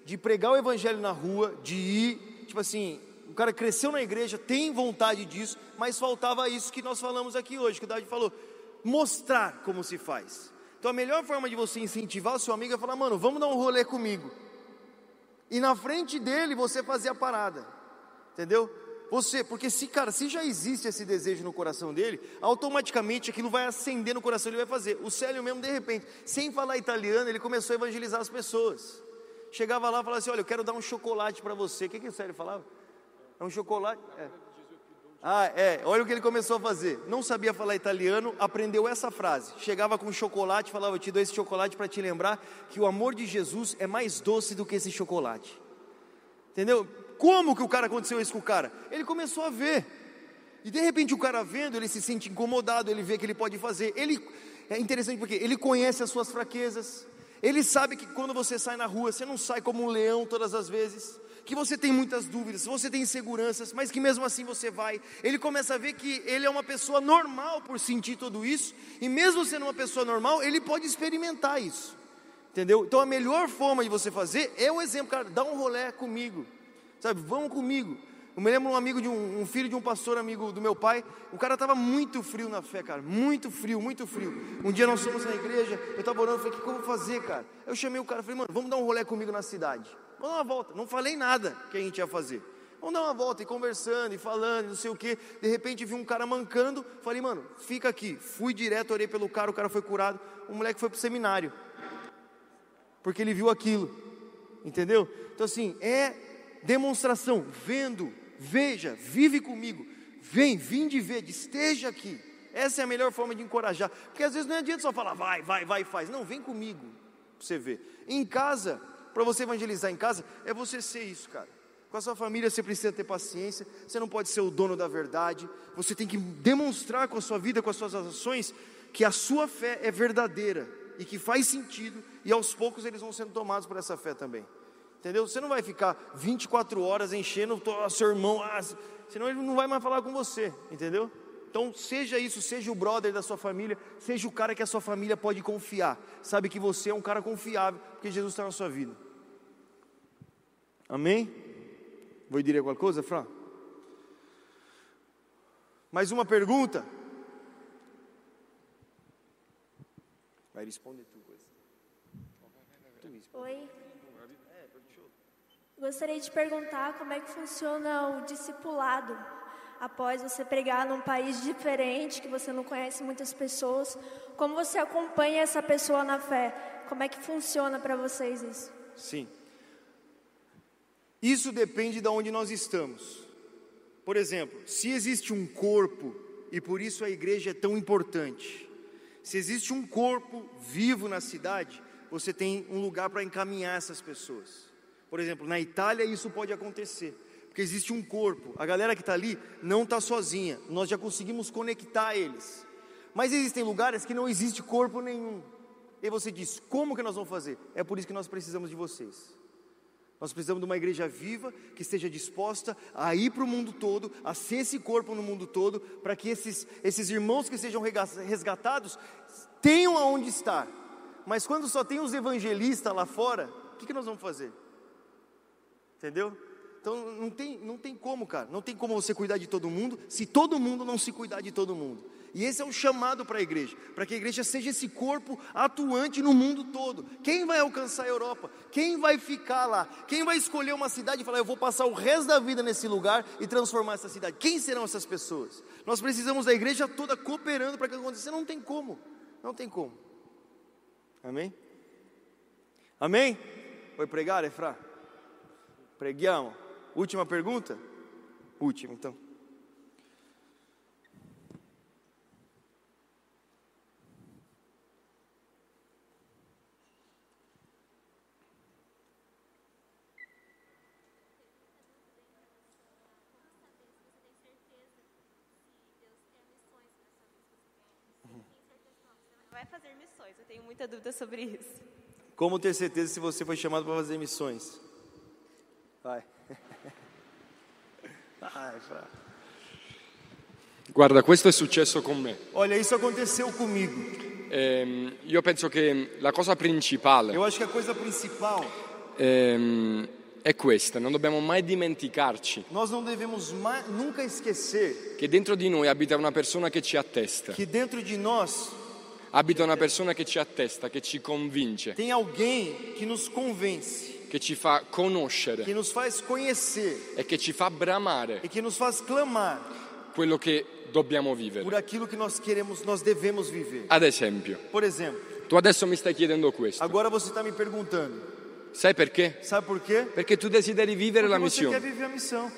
S2: de pregar o evangelho na rua, de ir, tipo assim, o cara cresceu na igreja, tem vontade disso, mas faltava isso que nós falamos aqui hoje, que o David falou, mostrar como se faz. Então a melhor forma de você incentivar o seu amigo é falar, mano, vamos dar um rolê comigo. E na frente dele você fazer a parada. Entendeu? Você, porque se, cara, se já existe esse desejo no coração dele, automaticamente aquilo vai acender no coração, ele vai fazer. O Célio mesmo, de repente, sem falar italiano, ele começou a evangelizar as pessoas. Chegava lá e falava assim: Olha, eu quero dar um chocolate para você. O que, que o Célio falava? É um chocolate. É. Ah, é. Olha o que ele começou a fazer. Não sabia falar italiano, aprendeu essa frase. Chegava com chocolate, falava: Eu te dou esse chocolate para te lembrar que o amor de Jesus é mais doce do que esse chocolate. Entendeu? Como que o cara aconteceu isso com o cara? Ele começou a ver. E de repente o cara vendo, ele se sente incomodado, ele vê que ele pode fazer. Ele é interessante porque ele conhece as suas fraquezas. Ele sabe que quando você sai na rua, você não sai como um leão todas as vezes, que você tem muitas dúvidas, você tem inseguranças, mas que mesmo assim você vai. Ele começa a ver que ele é uma pessoa normal por sentir tudo isso, e mesmo sendo uma pessoa normal, ele pode experimentar isso. Entendeu? Então a melhor forma de você fazer é o exemplo, cara, dá um rolé comigo. Sabe, vamos comigo. Eu me lembro um amigo de um, um filho de um pastor amigo do meu pai, o cara tava muito frio na fé, cara, muito frio, muito frio. Um dia nós fomos na igreja, eu tava orando, falei, o que, que eu vou fazer, cara? Eu chamei o cara, falei, mano, vamos dar um rolé comigo na cidade. Vamos dar uma volta. Não falei nada que a gente ia fazer. Vamos dar uma volta e conversando e falando, e não sei o quê. De repente vi um cara mancando, falei, mano, fica aqui. Fui direto, orei pelo cara, o cara foi curado. O moleque foi pro seminário porque ele viu aquilo, entendeu? Então, assim, é demonstração, vendo, veja, vive comigo, vem, vinde e vede, esteja aqui. Essa é a melhor forma de encorajar, porque às vezes não adianta só falar vai, vai, vai, e faz. Não, vem comigo, pra você ver. Em casa, para você evangelizar em casa, é você ser isso, cara. Com a sua família você precisa ter paciência, você não pode ser o dono da verdade, você tem que demonstrar com a sua vida, com as suas ações, que a sua fé é verdadeira e que faz sentido, e aos poucos eles vão sendo tomados por essa fé também. Entendeu? Você não vai ficar 24 horas enchendo o to- seu irmão, ah, se- senão ele não vai mais falar com você, entendeu? Então, seja isso, seja o brother da sua família, seja o cara que a sua família pode confiar. Sabe que você é um cara confiável, porque Jesus está na sua vida. Amém? Vuoi dire qualcosa, Fra? Mais uma pergunta? Vai responder tu questa.
S7: Oi. Gostaria de perguntar como é que funciona o discipulado. após você pregar num país diferente, que você não conhece muitas pessoas. Como você acompanha essa pessoa na fé? Como é que funciona para vocês isso?
S2: Sim. Isso depende de onde nós estamos. Por exemplo, se existe um corpo, e por isso a igreja é tão importante, se existe um corpo vivo na cidade, você tem um lugar para encaminhar essas pessoas. Por exemplo, na Itália isso pode acontecer, porque existe um corpo, a galera que está ali não está sozinha, nós já conseguimos conectar eles. Mas existem lugares que não existe corpo nenhum. E você diz, como que nós vamos fazer? É por isso que nós precisamos de vocês. Nós precisamos de uma igreja viva que esteja disposta a ir para o mundo todo, a ser esse corpo no mundo todo, para que esses, esses irmãos que sejam rega- resgatados tenham aonde estar. Mas quando só tem os evangelistas lá fora, o que, que nós vamos fazer? Entendeu? Então não tem, não tem como, cara. Não tem como você cuidar de todo mundo se todo mundo não se cuidar de todo mundo. E esse é um chamado para a igreja, para que a igreja seja esse corpo atuante no mundo todo. Quem vai alcançar a Europa? Quem vai ficar lá? Quem vai escolher uma cidade e falar, eu vou passar o resto da vida nesse lugar e transformar essa cidade? Quem serão essas pessoas? Nós precisamos da igreja toda cooperando para que aconteça. Não tem como. Não tem como. Amém? Amém? Foi pregar, Efra? Preghiamo. Última pergunta? Última, então.
S8: Vai fazer missões, eu tenho muita dúvida sobre isso.
S2: Como ter certeza se você foi chamado para fazer missões? Vai. Vai, Efra.
S3: Guarda, questo è successo con me.
S2: Olha, isso aconteceu comigo.
S3: Ehm, io penso che la cosa principale
S2: Eu acho que a coisa principal,
S3: ehm, è questa, non dobbiamo mai dimenticarci
S2: nós não devemos ma- nunca esquecer
S3: che dentro di noi abita una persona che ci attesta,
S2: que dentro de nós
S3: abita una persona che ci attesta, che ci convince,
S2: tem alguém que nos convence,
S3: che ci fa conoscere
S2: que nos faz conhecer
S3: e che ci fa bramare
S2: e que nos faz clamar
S3: quello che dobbiamo vivere.
S2: por aquilo que nós queremos, nós devemos viver.
S3: Ad esempio,
S2: Por exemplo,
S3: tu adesso mi stai chiedendo questo,
S2: agora você está me perguntando,
S3: sai perché?
S2: sabe por quê?
S3: Perché tu desideri vivere la
S2: Porque você quer
S3: missione.
S2: viver a missão.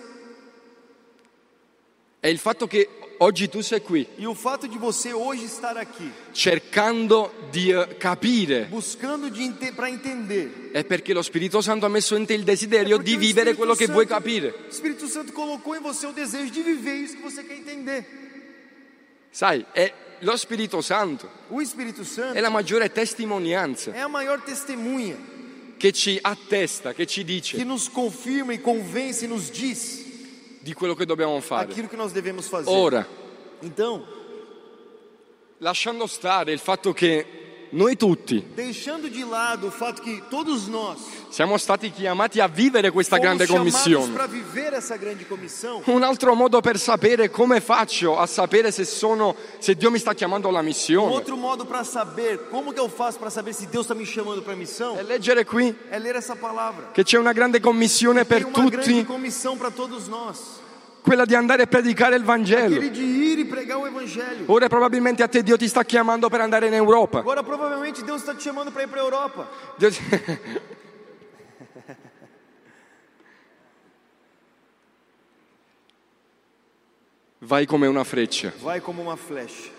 S3: E il fatto che oggi tu sei qui
S2: E o fato de você hoje estar aqui,
S3: cercando di eh, capire
S2: buscando para entender,
S3: è perché lo Spirito Santo ha messo in te il desiderio
S2: Perché
S3: di
S2: lo
S3: vivere
S2: Spirito
S3: quello che
S2: Santo-
S3: vuoi capire.
S2: o Espírito Santo colocou em você o desejo de viver isso que você quer entender.
S3: Sai, è lo Spirito Santo
S2: O Espírito
S3: è
S2: Santo
S3: la maggiore testimonianza
S2: é a maior testemunha
S3: che ci attesta, che ci
S2: que
S3: dice
S2: nos confirma e convence e nos diz
S3: di quello che dobbiamo fare.
S2: aquilo que nós devemos fazer.
S3: Ora,
S2: Então,
S3: lasciando stare il fatto che noi tutti
S2: deixando de lado o fato que todos nós
S3: siamo stati chiamati a vivere questa grande
S2: fomos chamados
S3: commissione.
S2: para viver essa grande comissão,
S3: Un altro modo per sapere come faccio a sapere se sono se Dio mi sta chiamando alla
S2: Um
S3: missione
S2: outro modo para saber, como que eu faço para saber se Deus está me chamando para a missão?
S3: è leggere qui
S2: É ler essa palavra.
S3: che c'è una grande commissione
S2: Tem
S3: per
S2: uma grande
S3: tutti,
S2: comissão para todos nós.
S3: quella di andare a predicare il
S2: Aquele
S3: Vangelo.
S2: de ir e pregar o evangelho.
S3: Ora probabilmente a te Dio ti sta chiamando per andare in Europa.
S2: Agora provavelmente Deus está te chamando para ir para a Europa.
S3: Dio ti- Vai come una freccia,
S2: Vai como uma flecha,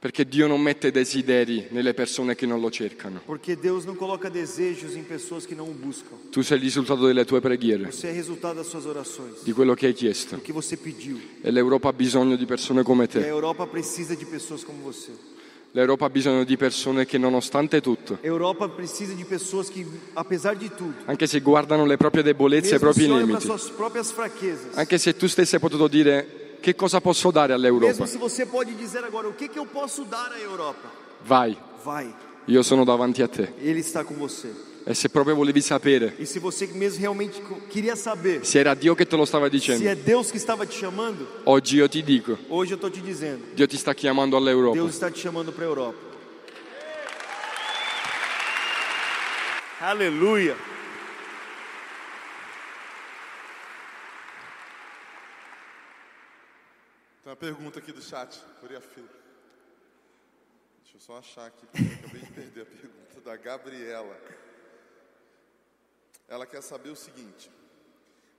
S3: perché Dio non mette desideri nelle persone che non lo cercano.
S2: porque Deus não coloca desejos em pessoas que não o buscam.
S3: Tu sei il risultato delle tue preghiere,
S2: Você é resultado das suas orações,
S3: di quello che hai chiesto.
S2: do que você pediu.
S3: E l'Europa ha bisogno di persone come
S2: E a
S3: te.
S2: Europa precisa de pessoas como você.
S3: L'Europa ha bisogno di persone che nonostante tutto
S2: A Europa precisa de pessoas que, apesar de tudo,
S3: anche se guardano le proprie debolezze e i
S2: mesmo se
S3: propri
S2: olham para
S3: limiti,
S2: suas próprias fraquezas,
S3: anche se tu stessi hai potuto dire che cosa posso dare all'Europa,
S2: Mesmo se você pode dizer agora o que, que eu posso dar à Europa,
S3: vai,
S2: vai,
S3: io sono davanti a te.
S2: Ele está com você.
S3: E se proprio volevi sapere
S2: E se você mesmo realmente co- queria saber
S3: se era Dio che te lo stava
S2: se
S3: dicendo,
S2: é Deus que estava te chamando,
S3: oggi io ti dico,
S2: hoje eu estou te dizendo,
S3: Dio ti sta chiamando all'Europa.
S2: Deus está te chamando para a Europa. Aleluia.
S9: pergunta aqui do chat. Curei a fila. Deixa eu só achar aqui, porque eu acabei de perder a pergunta da Gabriela. Ela quer saber o seguinte: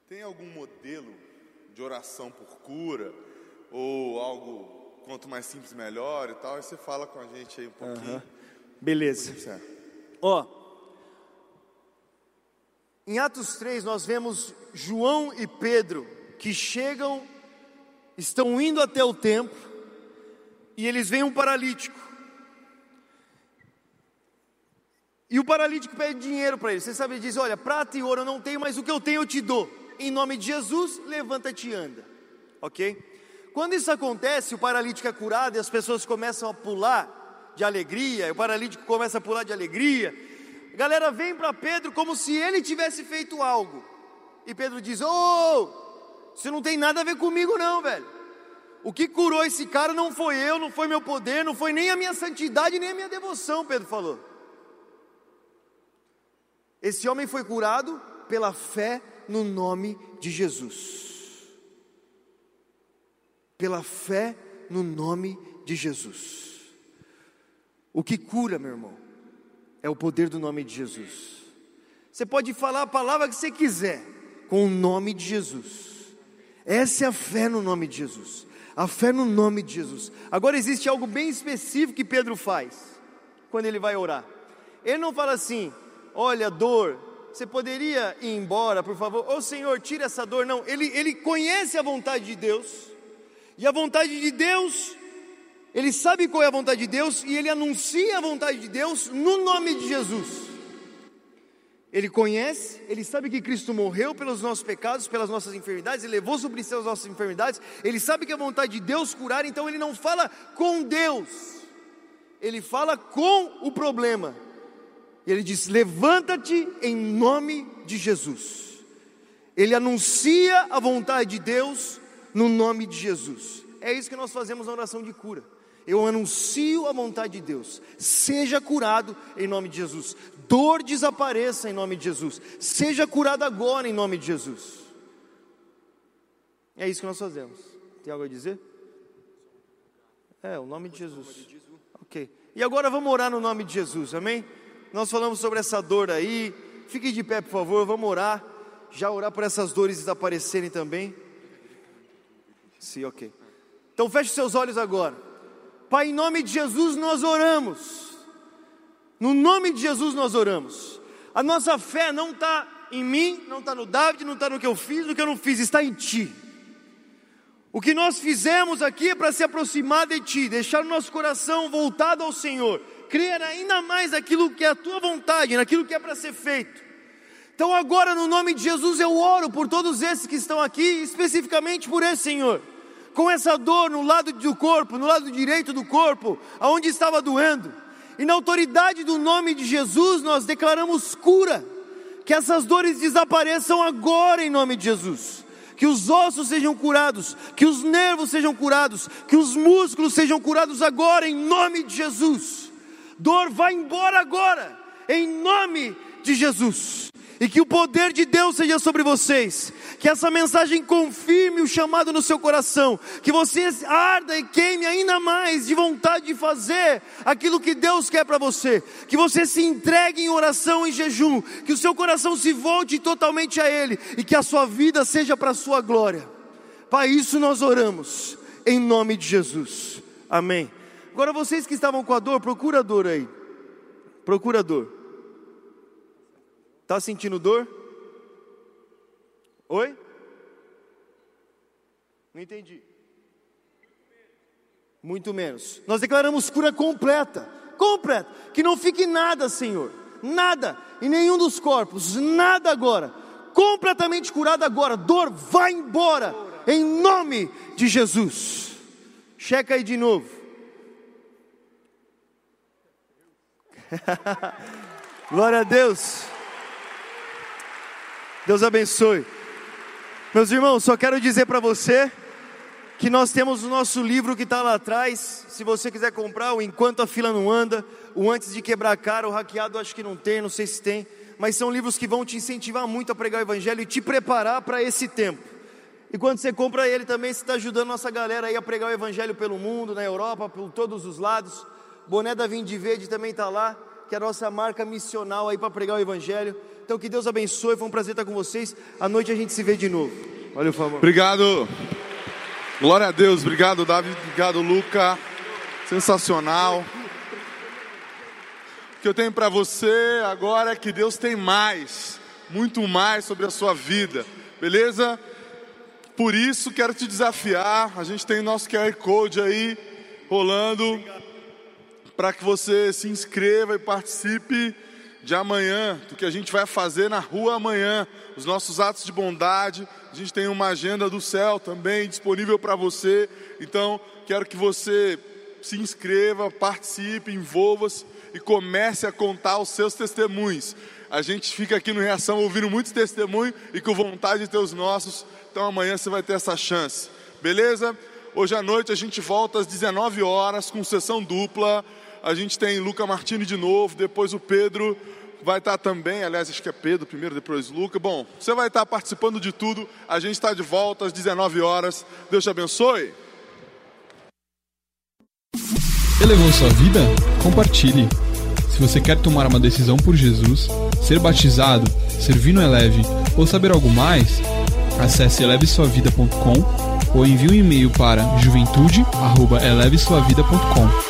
S9: tem algum modelo de oração por cura ou algo quanto mais simples melhor e tal? Aí você fala com a gente aí um pouquinho.
S2: Beleza.
S9: Isso é.
S2: Ó. Em Atos 3 nós vemos João e Pedro que chegam, estão indo até o templo e eles veem um paralítico. E o paralítico pede dinheiro para ele. Você sabe, ele diz: Olha, prata e ouro eu não tenho, mas o que eu tenho eu te dou. Em nome de Jesus, levanta-te e anda. Ok? Quando isso acontece, o paralítico é curado e as pessoas começam a pular de alegria. e O paralítico começa a pular de alegria. A galera vem para Pedro como se ele tivesse feito algo. E Pedro diz: Ô, isso não tem nada a ver comigo, não, velho. O que curou esse cara não foi eu, não foi meu poder, não foi nem a minha santidade, nem a minha devoção, Pedro falou. Esse homem foi curado pela fé no nome de Jesus. Pela fé no nome de Jesus. O que cura, meu irmão, é o poder do nome de Jesus. Você pode falar a palavra que você quiser com o nome de Jesus. Essa é a fé no nome de Jesus. A fé no nome de Jesus. Agora existe algo bem específico que Pedro faz quando ele vai orar. Ele não fala assim: olha, dor, você poderia ir embora, por favor? Ô Senhor, tira essa dor. Não, ele, ele conhece a vontade de Deus, e a vontade de Deus, ele sabe qual é a vontade de Deus, e ele anuncia a vontade de Deus no nome de Jesus. Ele conhece, ele sabe que Cristo morreu pelos nossos pecados, pelas nossas enfermidades, ele levou sobre si as nossas enfermidades, ele sabe que é a vontade de Deus curar, então ele não fala com Deus, ele fala com o problema. E ele diz: Levanta-te em nome de Jesus. Ele anuncia a vontade de Deus no nome de Jesus. É isso que nós fazemos na oração de cura. Eu anuncio a vontade de Deus. Seja curado em nome de Jesus. Dor desapareça em nome de Jesus. Seja curado agora em nome de Jesus. É isso que nós fazemos. Tem algo a dizer? É, o nome de Jesus. Ok. E agora vamos orar no nome de Jesus, amém? Nós falamos sobre essa dor aí. Fique de pé, por favor, vamos orar. Já orar por essas dores desaparecerem também. Sim, ok. Então feche seus olhos agora. Pai, em nome de Jesus nós oramos. No nome de Jesus nós oramos. A nossa fé não está em mim, não está no David, não está no que eu fiz, no que eu não fiz, está em Ti. O que nós fizemos aqui é para se aproximar de Ti, deixar o nosso coração voltado ao Senhor, crer ainda mais naquilo que é a Tua vontade, naquilo que é para ser feito. Então, agora, no nome de Jesus, eu oro por todos esses que estão aqui, especificamente por esse Senhor, com essa dor no lado do corpo, no lado direito do corpo, aonde estava doendo, e na autoridade do nome de Jesus, nós declaramos cura, que essas dores desapareçam agora em nome de Jesus. Que os ossos sejam curados, que os nervos sejam curados, que os músculos sejam curados agora, em nome de Jesus. Dor, vai embora agora, em nome de Jesus e que o poder de Deus seja sobre vocês, que essa mensagem confirme o chamado no seu coração, que você arda e queime ainda mais de vontade de fazer aquilo que Deus quer para você, que você se entregue em oração e jejum, que o seu coração se volte totalmente a Ele e que a sua vida seja para a sua glória. Pai, isso nós oramos, em nome de Jesus. Amém. Agora vocês que estavam com a dor, procura a dor aí. Procura a dor. Tá sentindo dor? Oi? Não entendi. Muito menos. Nós declaramos cura completa. Completa. Que não fique nada, Senhor. Nada. Em nenhum dos corpos. Nada agora. Completamente curado agora. Dor, vai embora. Em nome de Jesus. Checa aí de novo. Glória a Deus. Deus abençoe. Meus irmãos, só quero dizer para você que nós temos o nosso livro que
S10: tá
S2: está lá atrás. Se você quiser comprar, o Enquanto a Fila Não Anda, o Antes de Quebrar a Cara, o Hackeado, acho que não tem, não sei se tem. Mas são livros que vão te incentivar muito a pregar o Evangelho e te preparar para esse tempo.
S10: E quando você compra ele também, você está ajudando nossa galera aí a pregar o evangelho pelo mundo, na Europa, por todos os lados. Boné da Vinde Verde também está lá, que é a nossa marca missional aí para pregar o evangelho. Então que Deus abençoe, foi um prazer estar com vocês. À noite a gente se vê de novo. Valeu, favor.
S2: Obrigado. Glória a Deus. Obrigado, Davi. Obrigado, Luca. Sensacional. O que eu tenho para você agora é que Deus tem mais, muito mais sobre a sua vida. Beleza? Por isso quero te desafiar. A gente tem o nosso QR Code aí rolando para que você se inscreva e participe de amanhã, do que a gente vai fazer na rua amanhã, os nossos atos de bondade. A gente tem uma agenda do céu também disponível para você. Então, quero que você se inscreva, participe, envolva-se e comece a contar os seus testemunhos. A gente fica aqui no Reação ouvindo muitos testemunhos e com vontade de ter os nossos. Então, amanhã você vai ter essa chance. Beleza? Hoje à noite a gente volta às 19 horas com sessão dupla a gente tem Luca Martini de novo, depois o Pedro vai estar também, aliás, acho que é Pedro primeiro, depois Luca. Bom, você vai estar participando de tudo. A gente está de volta às 19 horas. Deus te abençoe.
S1: Elevou sua vida? Compartilhe. Se você quer tomar uma decisão por Jesus, ser batizado, servir no Eleve ou saber algo mais, acesse elevesuavida.com ou envie um e-mail para juventude@elevesuavida.com.